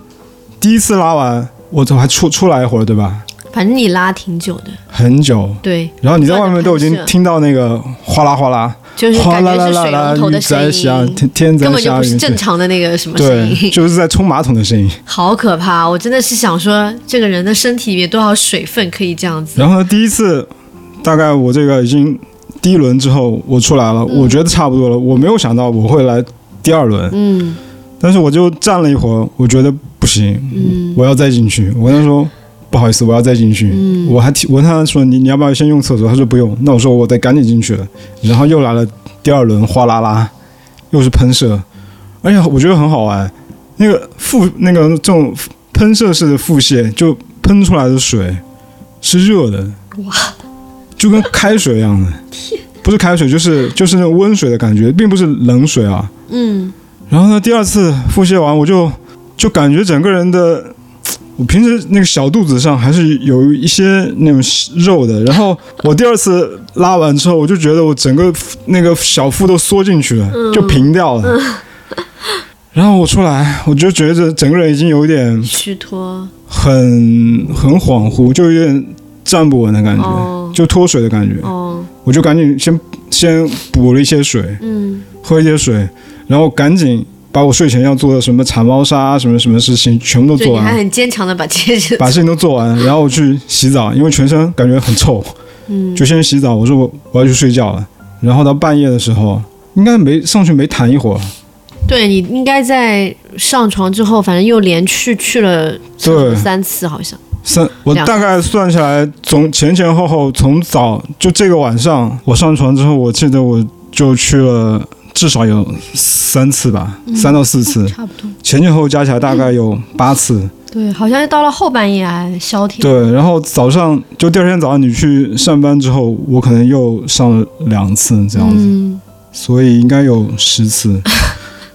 Speaker 1: 第一次拉完，我怎么还出出来一会儿，对吧？
Speaker 2: 反正你拉挺久的，
Speaker 1: 很久。
Speaker 2: 对，
Speaker 1: 然后你在外面都已
Speaker 2: 不
Speaker 1: 经
Speaker 2: 断地喷射
Speaker 1: 听到那个哗啦哗啦，
Speaker 2: 就是
Speaker 1: 哗
Speaker 2: 感
Speaker 1: 啦啦
Speaker 2: 觉是
Speaker 1: 啦
Speaker 2: 水
Speaker 1: 啦
Speaker 2: 龙头
Speaker 1: 雨
Speaker 2: 的
Speaker 1: 在
Speaker 2: 声
Speaker 1: 下，
Speaker 2: 音，
Speaker 1: 天天
Speaker 2: 根
Speaker 1: 在
Speaker 2: 本就
Speaker 1: 下
Speaker 2: 不是
Speaker 1: 雨，
Speaker 2: 正常的那个什么声
Speaker 1: 对，
Speaker 2: [LAUGHS] 音，
Speaker 1: 就是在冲马桶的声音。
Speaker 2: 好可怕！我真的是想说，这个人的身体里面多少水分可以这样子？
Speaker 1: 然后呢，第一次大概我这个已经第一轮之后我出来了，
Speaker 2: 嗯
Speaker 1: 我觉得差不多了，我没有想到我会来第二轮，
Speaker 2: 嗯
Speaker 1: 但是我就站了一会儿，我觉得不行，
Speaker 2: 嗯
Speaker 1: 我要再进去。我跟他说不好意思，我要再进去。
Speaker 2: 嗯
Speaker 1: 我还提我跟他说你你要不要先用厕所？他说不用。那我说我得赶紧进去了。然后又来了第二轮哗啦啦，又是喷射，而且我觉得很好玩。那个腹那个这种喷射式的腹泻，就喷出来的水是热的，
Speaker 2: 哇，
Speaker 1: 就跟开水一
Speaker 2: [LAUGHS]
Speaker 1: 样的，不是开水就是就是那种温水的感觉，并不是冷水啊。
Speaker 2: 嗯，
Speaker 1: 然后呢，第二次腹泻完，我就就感觉整个人的，我平时那个小肚子上还是有一些那种肉的。然后我第二次拉完之后，我就觉得我整个那个小腹都缩进去了，
Speaker 2: 嗯
Speaker 1: 就平掉了。 [LAUGHS] 然后我出来，我就觉得整个人已经有点
Speaker 2: 虚脱
Speaker 1: 很很恍惚，就有点站不稳的感觉，
Speaker 2: 哦
Speaker 1: 就脱水的感觉。
Speaker 2: 哦，
Speaker 1: 我就赶紧先先补了一些水，
Speaker 2: 嗯
Speaker 1: 喝一些水，然后赶紧把我睡前要做的什么铲猫砂啊什么什么事情全部都
Speaker 2: 就
Speaker 1: 做
Speaker 2: 你还
Speaker 1: 完，
Speaker 2: 很坚强的把这些事
Speaker 1: 把事情都做完，然后我去洗澡，因为全身感觉很臭，
Speaker 2: 嗯
Speaker 1: 就先洗澡。我说我我要去睡觉了，然后到半夜的时候，应该没上去没弹一会儿，
Speaker 2: 对你应该在上床之后，反正又连续去了
Speaker 1: 对
Speaker 2: 三次，好像
Speaker 1: 三，我
Speaker 2: 两
Speaker 1: 大概算下来，从前前后后，从早就这个晚上，我上床之后，我记得我就去了至少有三次吧，
Speaker 2: 嗯
Speaker 1: 三到四次，
Speaker 2: 差不多。
Speaker 1: 前前后后加起来大概有八次。
Speaker 2: 嗯对，好像到了后半夜还消停。
Speaker 1: 对，然后早上就第二天早上你去上班之后，我可能又上了两次这样子，
Speaker 2: 嗯，
Speaker 1: 所以应该有十
Speaker 2: [LAUGHS]
Speaker 1: 次。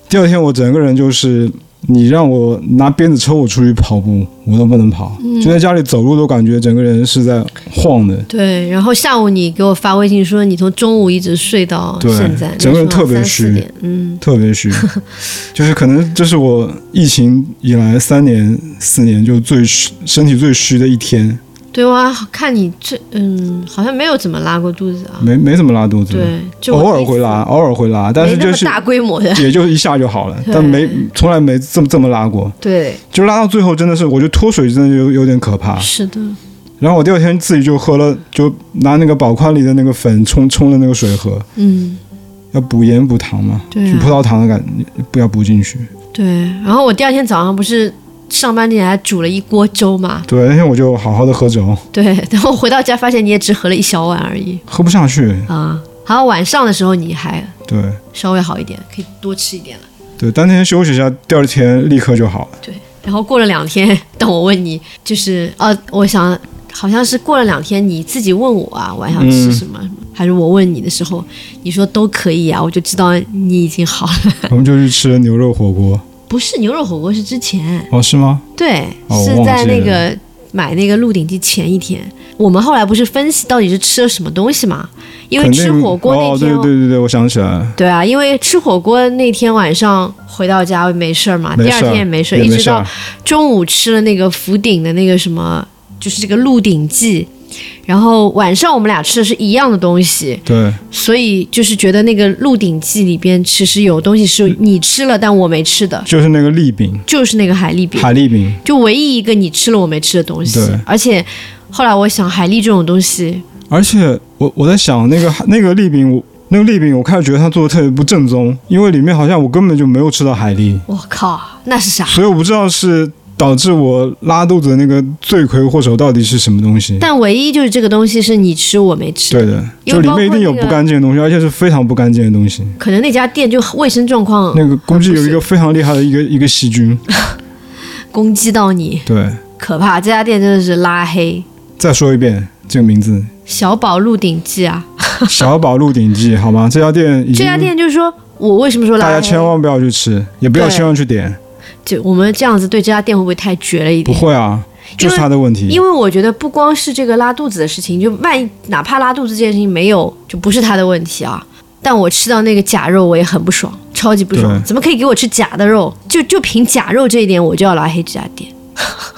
Speaker 1: 第二天我整个人就是，你让我拿鞭子抽我出去跑步，我都不能跑，
Speaker 2: 嗯
Speaker 1: 就在家里走路都感觉整个人是在晃的。
Speaker 2: 对。然后下午你给我发微信说，你从中午一直睡到
Speaker 1: 对
Speaker 2: 现在，
Speaker 1: 整个人
Speaker 2: 那时候
Speaker 1: 特别
Speaker 2: 三
Speaker 1: 虚
Speaker 2: 四点。嗯，
Speaker 1: 特别
Speaker 2: [LAUGHS]
Speaker 1: 虚，就是可能这是我疫情以来三年四年就最虚身体最虚的一天，
Speaker 2: 对哇，看你这，嗯，好像没有怎么拉过肚子啊。
Speaker 1: 没没怎么拉肚子，
Speaker 2: 对，就我
Speaker 1: 嗯偶尔
Speaker 2: 第一次
Speaker 1: 会拉，，偶尔会拉，但是
Speaker 2: 没那
Speaker 1: 就
Speaker 2: 么
Speaker 1: 是
Speaker 2: 大规模的。
Speaker 1: [LAUGHS] 也就一下就好了，
Speaker 2: 对
Speaker 1: 但没从来没这么这么拉过，
Speaker 2: 对，
Speaker 1: 就拉到最后真的是，我觉得脱水真的有有点可怕。
Speaker 2: 是的，
Speaker 1: 然后我第二天自己就喝了，就拿那个宝矿力的那个粉冲冲了那个水喝，
Speaker 2: 嗯，
Speaker 1: 要补盐补糖嘛，
Speaker 2: 对啊
Speaker 1: 就葡萄糖的感不要补进去。
Speaker 2: 对。然后我第二天早上不是上班之前还煮了一锅粥嘛，
Speaker 1: 对，那天我就好好的喝粥，
Speaker 2: [LAUGHS] 对。然后回到家发现你也只喝了一小碗而已
Speaker 1: 喝不下去。
Speaker 2: 啊。然后晚上的时候你还
Speaker 1: 对
Speaker 2: 稍微好一点，可以多吃一点了。
Speaker 1: 对，当天休息一下，第二天立刻就好了。
Speaker 2: 对。然后过了两天， [LAUGHS] 当我问你，就是呃，我想好像是过了两天你自己问我啊，晚上
Speaker 1: 嗯
Speaker 2: 吃什么，还是我问你的时候，你说都可以啊，我就知道你已经好了。 [LAUGHS]
Speaker 1: 我们就去吃了牛肉火锅。
Speaker 2: 不是牛肉火锅，是之前。
Speaker 1: 哦，是吗？
Speaker 2: 对，
Speaker 1: 哦
Speaker 2: 是
Speaker 1: 我忘
Speaker 2: 在
Speaker 1: 记
Speaker 2: 那
Speaker 1: 了
Speaker 2: 个买那个《鹿鼎记》前一天，我们后来不是分析到底是吃了什么东西嘛？因为
Speaker 1: 肯定
Speaker 2: 吃火锅那
Speaker 1: 哦，对
Speaker 2: 天，
Speaker 1: 对对对，我想起来了。
Speaker 2: 对啊，因为吃火锅那天晚上回到家没事儿嘛，
Speaker 1: 没
Speaker 2: 啊第二
Speaker 1: 事儿，
Speaker 2: 天也没事儿，
Speaker 1: 也
Speaker 2: 一
Speaker 1: 没
Speaker 2: 直
Speaker 1: 事
Speaker 2: 到
Speaker 1: 儿。
Speaker 2: 中午吃了那个福鼎的那个什么，就是这个《鹿鼎记》，然后晚上我们俩吃的是一样的东西，
Speaker 1: 对，
Speaker 2: 所以就是觉得那个《鹿鼎记》里边其实有东西是你吃了但我没吃的，
Speaker 1: 就是那个栗饼，
Speaker 2: 就是那个海蛎饼。
Speaker 1: 海蛎饼。
Speaker 2: 就唯一一个你吃了我没吃的东西
Speaker 1: 对。
Speaker 2: 而且后来我想，海蛎这种东西，
Speaker 1: 而且我我在想那个那个栗饼，我那个栗饼，我开始觉得它做的特别不正宗，因为里面好像我根本就没有吃到海蛎，
Speaker 2: 我靠，那是啥？
Speaker 1: 所以我不知道是导致我拉肚子的那个罪魁祸首到底是什么东西。
Speaker 2: 但唯一就是这个东西是你吃我没吃，
Speaker 1: 对的，
Speaker 2: 因
Speaker 1: 就
Speaker 2: 为
Speaker 1: 里
Speaker 2: 包括
Speaker 1: 面一定有不干净的东西，而且是非常不干净的东西。
Speaker 2: 可能那家店就卫生状况
Speaker 1: [LAUGHS] 那个估计
Speaker 2: 不
Speaker 1: 有
Speaker 2: 是
Speaker 1: 一个非常厉害的一个一个细
Speaker 2: [LAUGHS]
Speaker 1: 菌。
Speaker 2: 攻击到你，
Speaker 1: 对，
Speaker 2: 可怕。这家店真的是拉黑。
Speaker 1: 再说一遍这个名字，
Speaker 2: 小宝《鹿鼎记》啊，
Speaker 1: 《小宝鹿鼎记》，好吗？这家店已
Speaker 2: 这
Speaker 1: 经
Speaker 2: 家店就是说我为什么说拉
Speaker 1: 大
Speaker 2: 黑？
Speaker 1: 家千万不要去吃，也不要
Speaker 2: 对
Speaker 1: 千万去点，
Speaker 2: 就我们这样子对这家店会不会太绝了一
Speaker 1: 不
Speaker 2: 点？
Speaker 1: 会啊，就是它的问题。
Speaker 2: 因为我觉得不光是这个拉肚子的事情，就万一哪怕拉肚子这件事情没有，就不是他的问题啊。但我吃到那个假肉，我也很不爽，超级不爽。
Speaker 1: 对
Speaker 2: 怎么可以给我吃假的肉？就就凭假肉这一点，我就要拉黑这家店。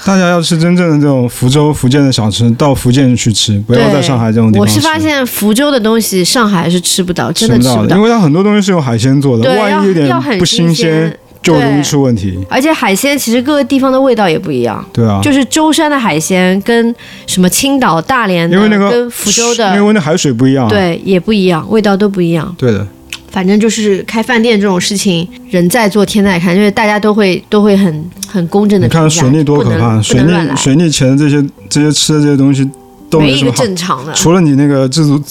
Speaker 1: 大家要吃真正的这种福州、福建的小吃，到福建去吃，不要在上海这种地
Speaker 2: 我
Speaker 1: 方
Speaker 2: 是
Speaker 1: 吃。
Speaker 2: 发现福州的东西，上海是吃不到，
Speaker 1: 吃
Speaker 2: 真的
Speaker 1: 不
Speaker 2: 吃
Speaker 1: 到
Speaker 2: 不
Speaker 1: 的，因
Speaker 2: 到。
Speaker 1: 为它很多东西是用海鲜做的，
Speaker 2: 对，
Speaker 1: 万
Speaker 2: 要
Speaker 1: 一有点
Speaker 2: 要很
Speaker 1: 不新
Speaker 2: 鲜，，
Speaker 1: 就容易
Speaker 2: 对
Speaker 1: 出问题。
Speaker 2: 而且海鲜其实各个地方的味道也不一样。
Speaker 1: 对啊，
Speaker 2: 就是舟山的海鲜跟什么青岛、大连的，
Speaker 1: 因为那个
Speaker 2: 跟福州的，
Speaker 1: 因为那海水不一样。啊
Speaker 2: 对也不一样，味道都不一样。
Speaker 1: 对的，
Speaker 2: 反正就是开饭店这种事情，人在做天在看，因为大家都会都会很很公正的
Speaker 1: 你看水逆多
Speaker 2: 不
Speaker 1: 可
Speaker 2: 能
Speaker 1: 怕，
Speaker 2: 不
Speaker 1: 水
Speaker 2: 能乱
Speaker 1: 逆
Speaker 2: 来，
Speaker 1: 水逆前的这些这些吃的这些东西都
Speaker 2: 没
Speaker 1: 没
Speaker 2: 一
Speaker 1: 什
Speaker 2: 个
Speaker 1: 么好，
Speaker 2: 正常的。
Speaker 1: 除了你那个自助，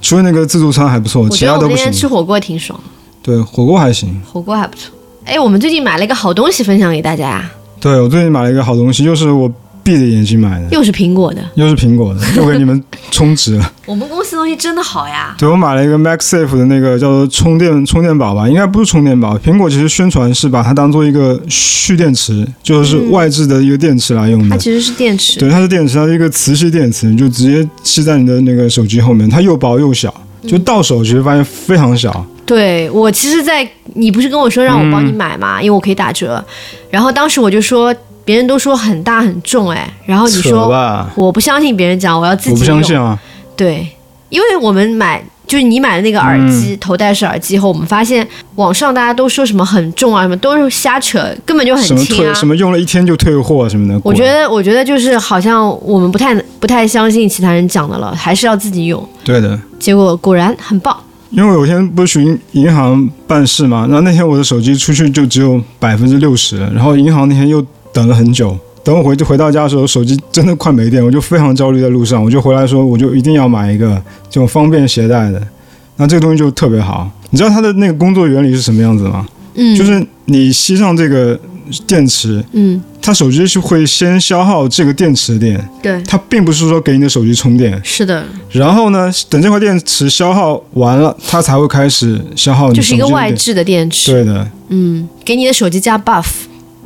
Speaker 1: 除了那个自助餐还不错，
Speaker 2: 我
Speaker 1: 其
Speaker 2: 觉得
Speaker 1: 他
Speaker 2: 我
Speaker 1: 都
Speaker 2: 们
Speaker 1: 不
Speaker 2: 那天吃
Speaker 1: 行。
Speaker 2: 火锅挺爽，
Speaker 1: 对，火锅还行。
Speaker 2: 火锅还不错。哎，我们最近买了一个好东西分享给大家，
Speaker 1: 对我最近买了一个好东西，就是我闭着眼睛买的，
Speaker 2: 又是苹果的。
Speaker 1: 又是苹
Speaker 2: [LAUGHS]
Speaker 1: 果的，又给你们充值了。
Speaker 2: 我们公司东西真的好呀，
Speaker 1: 对我买了一个 MagSafe 的那个叫做充电充电宝吧，应该不是充电宝。苹果其实宣传是把它当做一个蓄电池，就是
Speaker 2: 嗯
Speaker 1: 外置的一个电池来用的。
Speaker 2: 它其实是电池，
Speaker 1: 对，它是电池，它是一个磁吸电池，你就直接吸在你的那个手机后面，它又薄又小，
Speaker 2: 嗯
Speaker 1: 就到手其实发现非常小。
Speaker 2: 哦对我其实在，你不是跟我说让我帮你买
Speaker 1: 嗯
Speaker 2: 嘛，因为我可以打折，然后当时我就说，别人都说很大很重，哎，然后你
Speaker 1: 扯
Speaker 2: 说
Speaker 1: 吧，
Speaker 2: 我不相信别人讲，我要自己
Speaker 1: 我不相
Speaker 2: 用
Speaker 1: 信啊。
Speaker 2: 对，因为我们买就是你买的那个耳
Speaker 1: 嗯
Speaker 2: 机、头戴式耳机后，我们发现网上大家都说什么很重啊，什么都是瞎扯，根本就很
Speaker 1: 什么
Speaker 2: 轻
Speaker 1: 退
Speaker 2: 啊
Speaker 1: 什。么用了一天就退货啊什么的，
Speaker 2: 我觉
Speaker 1: 果
Speaker 2: 得，我觉得就是好像我们不太不太相信其他人讲的了，还是要自己用。
Speaker 1: 对的，
Speaker 2: 结果果然很棒，
Speaker 1: 因为我现在不是去银银行办事嘛，然后那天我的手机出去就只有百分之六十，然后银行那天又等了很久。等我回回到家的时候，手机真的快没电，我就非常焦虑，在路上我就回来说，我就一定要买一个这种方便携带的。那这个东西就特别好，你知道它的那个工作原理是什么样子吗？
Speaker 2: 嗯，
Speaker 1: 就是你吸上这个电池，
Speaker 2: 嗯，
Speaker 1: 它手机是会先消耗这个电池的电，
Speaker 2: 对，
Speaker 1: 它并不是说给你的手机充电，
Speaker 2: 是的，
Speaker 1: 然后呢，等这块电池消耗完了，它才会开始消耗哦你
Speaker 2: 就
Speaker 1: 手
Speaker 2: 是
Speaker 1: 机
Speaker 2: 一
Speaker 1: 的
Speaker 2: 个
Speaker 1: 电。
Speaker 2: 外置的电池，
Speaker 1: 对的，
Speaker 2: 嗯，给你的手机加 buff。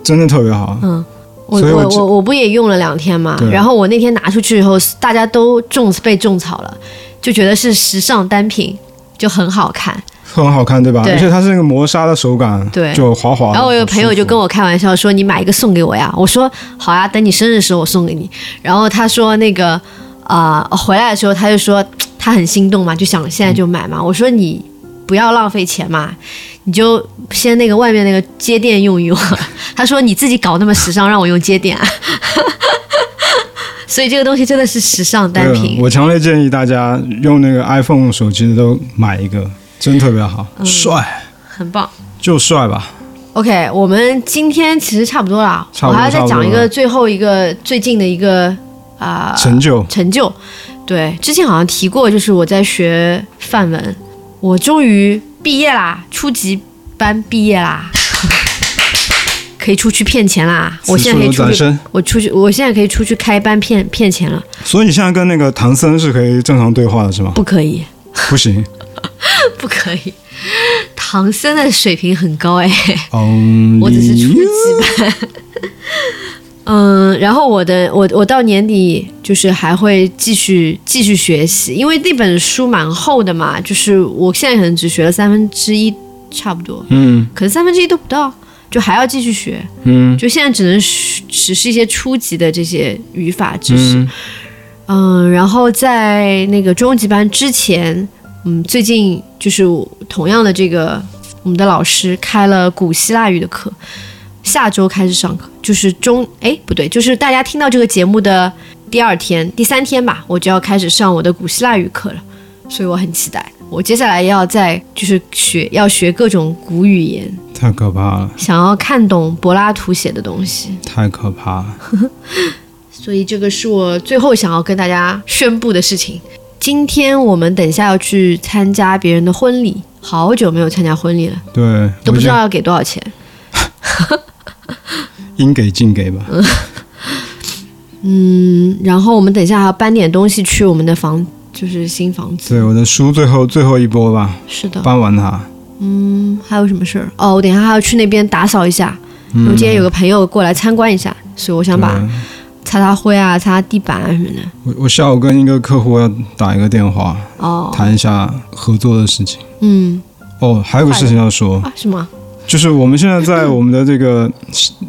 Speaker 1: 真的特别好。
Speaker 2: 嗯，我
Speaker 1: 所以我
Speaker 2: 我
Speaker 1: 这
Speaker 2: 我我不也用了两天嘛
Speaker 1: 对，
Speaker 2: 然后我那天拿出去以后，大家都种被种草了，就觉得是时尚单品，就很好看。
Speaker 1: 很好看，对吧？
Speaker 2: 对
Speaker 1: 而且它是那个磨砂的手感，
Speaker 2: 啊对
Speaker 1: 就滑滑的。
Speaker 2: 然后我有
Speaker 1: 很
Speaker 2: 朋友
Speaker 1: 哦舒
Speaker 2: 就
Speaker 1: 服
Speaker 2: 跟我开玩笑说：“你买一个送给我呀。”我说：“好呀，等你生日的时候我送给你。”然后他说那个啊、呃回来的时候他就说他很心动嘛，就想现在就买嘛。我说你不要浪费钱嘛，你就先那个外面那个接电用一 [LAUGHS] 用。他说你自己搞那么时尚，让我用接电啊。 [LAUGHS] 所以这个东西真的是时尚单
Speaker 1: 对啊
Speaker 2: 品，
Speaker 1: 我强烈建议大家用那个 iPhone 手机的都买一个，真特别好，
Speaker 2: 嗯
Speaker 1: 帅
Speaker 2: 很棒。
Speaker 1: 就帅吧。
Speaker 2: OK，我们今天其实差不多了，
Speaker 1: 差不多
Speaker 2: 我还要再
Speaker 1: 差不
Speaker 2: 讲
Speaker 1: 多
Speaker 2: 一个最后一个最近的一个啊、
Speaker 1: 成就
Speaker 2: 成就。对，之前好像提过，就是我在学范文，我终于毕业啦，初级班毕业啦， [LAUGHS] 可以出去骗钱啦！我现在可以
Speaker 1: 此处有掌
Speaker 2: 出去，
Speaker 1: 声。
Speaker 2: 我出去，我现在可以出去开班骗骗钱了，
Speaker 1: 所以你现在跟那个唐僧是可以正常对话的，是
Speaker 2: [LAUGHS]
Speaker 1: 吗？
Speaker 2: 不可以，
Speaker 1: 不行，
Speaker 2: 不可以。唐僧的水平很高哎，
Speaker 1: 嗯，
Speaker 2: 我只是初级班。 [LAUGHS] 嗯，然后我的我我到年底就是还会继续继续学习，因为那本书蛮厚的嘛，就是我现在可能只学了三分之一，差不多，
Speaker 1: 嗯
Speaker 2: 可能三分之一都不到，就还要继续学，
Speaker 1: 嗯
Speaker 2: 就现在只能学只是一些初级的这些语法知识。
Speaker 1: 嗯，
Speaker 2: 嗯，然后在那个中级班之前，嗯，最近就是同样的这个，我们的老师开了古希腊语的课，下周开始上课，就是中，哎，不对，就是大家听到这个节目的第二天、第三天吧，我就要开始上我的古希腊语课了，所以我很期待。我接下来要在就是学要学各种古语言，
Speaker 1: 太可怕了，
Speaker 2: 想要看懂柏拉图写的东西，
Speaker 1: 太可怕了。
Speaker 2: 所以这个是我最后想要跟大家宣布的事情。今天我们等一下要去参加别人的婚礼，好久没有参加婚礼了，
Speaker 1: 对，
Speaker 2: 都不
Speaker 1: 我
Speaker 2: 知
Speaker 1: 觉得
Speaker 2: 道要给多少钱。
Speaker 1: 应给尽给吧。
Speaker 2: 嗯，然后我们等一下还要搬点东西去我们的房，就是新房子。
Speaker 1: 对，我的书最后最后一波吧，
Speaker 2: 是的，
Speaker 1: 搬完它。
Speaker 2: 嗯，还有什么事儿？哦，我等一下还要去那边打扫一下。因为今天有个朋友过来参观一下，所以我想把
Speaker 1: 嗯对
Speaker 2: 擦擦灰啊、擦擦地板啊什么的。
Speaker 1: 我我下午跟一个客户要打一个电话，
Speaker 2: 哦，
Speaker 1: 谈一下合作的事情。
Speaker 2: 嗯
Speaker 1: 哦，还有个事情要说，
Speaker 2: 啊，什么？
Speaker 1: 就是我们现在在我们的这个，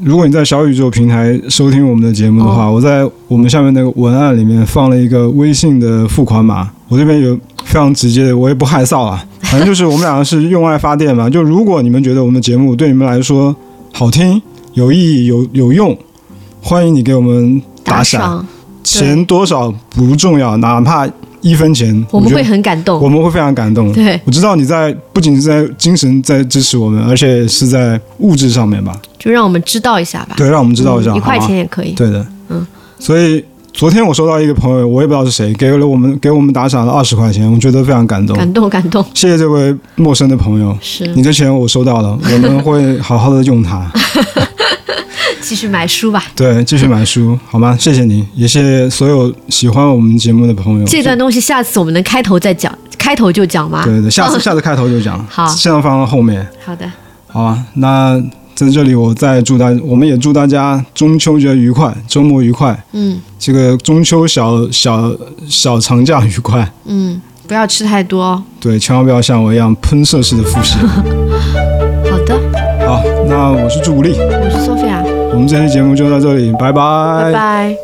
Speaker 1: 如果你在小宇宙平台收听我们的节目的
Speaker 2: 哦
Speaker 1: 话，我在我们下面那个文案里面放了一个微信的付款码，我这边有非常直接的，我也不害臊
Speaker 2: [LAUGHS]
Speaker 1: 啊，反正就是我们两个是用爱发电嘛。就如果你们觉得我们的节目对你们来说好听、有意义、有有用，欢迎你给我们打赏，
Speaker 2: 赏，
Speaker 1: 钱多少不重要，哪怕一分钱，
Speaker 2: 我们
Speaker 1: 觉
Speaker 2: 会
Speaker 1: 得
Speaker 2: 很感
Speaker 1: 我
Speaker 2: 动。
Speaker 1: 们会非常感动。
Speaker 2: 对，
Speaker 1: 我知道你在不仅是在精神在支持我们，而且是在物质上面吧？
Speaker 2: 就让我们知道一下吧。
Speaker 1: 对，让我们知道一下，
Speaker 2: 啊嗯一块
Speaker 1: 好吗
Speaker 2: 钱也可以。
Speaker 1: 对的，
Speaker 2: 嗯。
Speaker 1: 所以昨天我收到一个朋友，我也不知道是谁，给了我们给我们打赏了二十块钱，我觉得非常感动。
Speaker 2: 感动嗯感动，
Speaker 1: 谢谢这位陌生的朋友，
Speaker 2: 是
Speaker 1: 嗯你的钱我收到了，我们会好好的用它。
Speaker 2: 继续买书吧。
Speaker 1: 对，继续买书好吗？谢谢你，也谢谢所有喜欢我们节目的朋友。
Speaker 2: 这段东西下次我们能开头再讲，开头就讲吗？
Speaker 1: 对对对，下次下次开头就讲，
Speaker 2: 啊好
Speaker 1: 现在放到后面。
Speaker 2: 好的，
Speaker 1: 好啊，那在这里我再祝大，我们也祝大家中秋节愉快，周末愉快，
Speaker 2: 嗯
Speaker 1: 这个中秋小小小长假愉快。
Speaker 2: 嗯，不要吃太多哦。
Speaker 1: 对，千万不要像我一样喷射式的复习。
Speaker 2: 好的，
Speaker 1: 好，那我是朱古力，
Speaker 2: 我是 Sophia，
Speaker 1: 我们这期节目就到这里，拜
Speaker 2: 拜拜。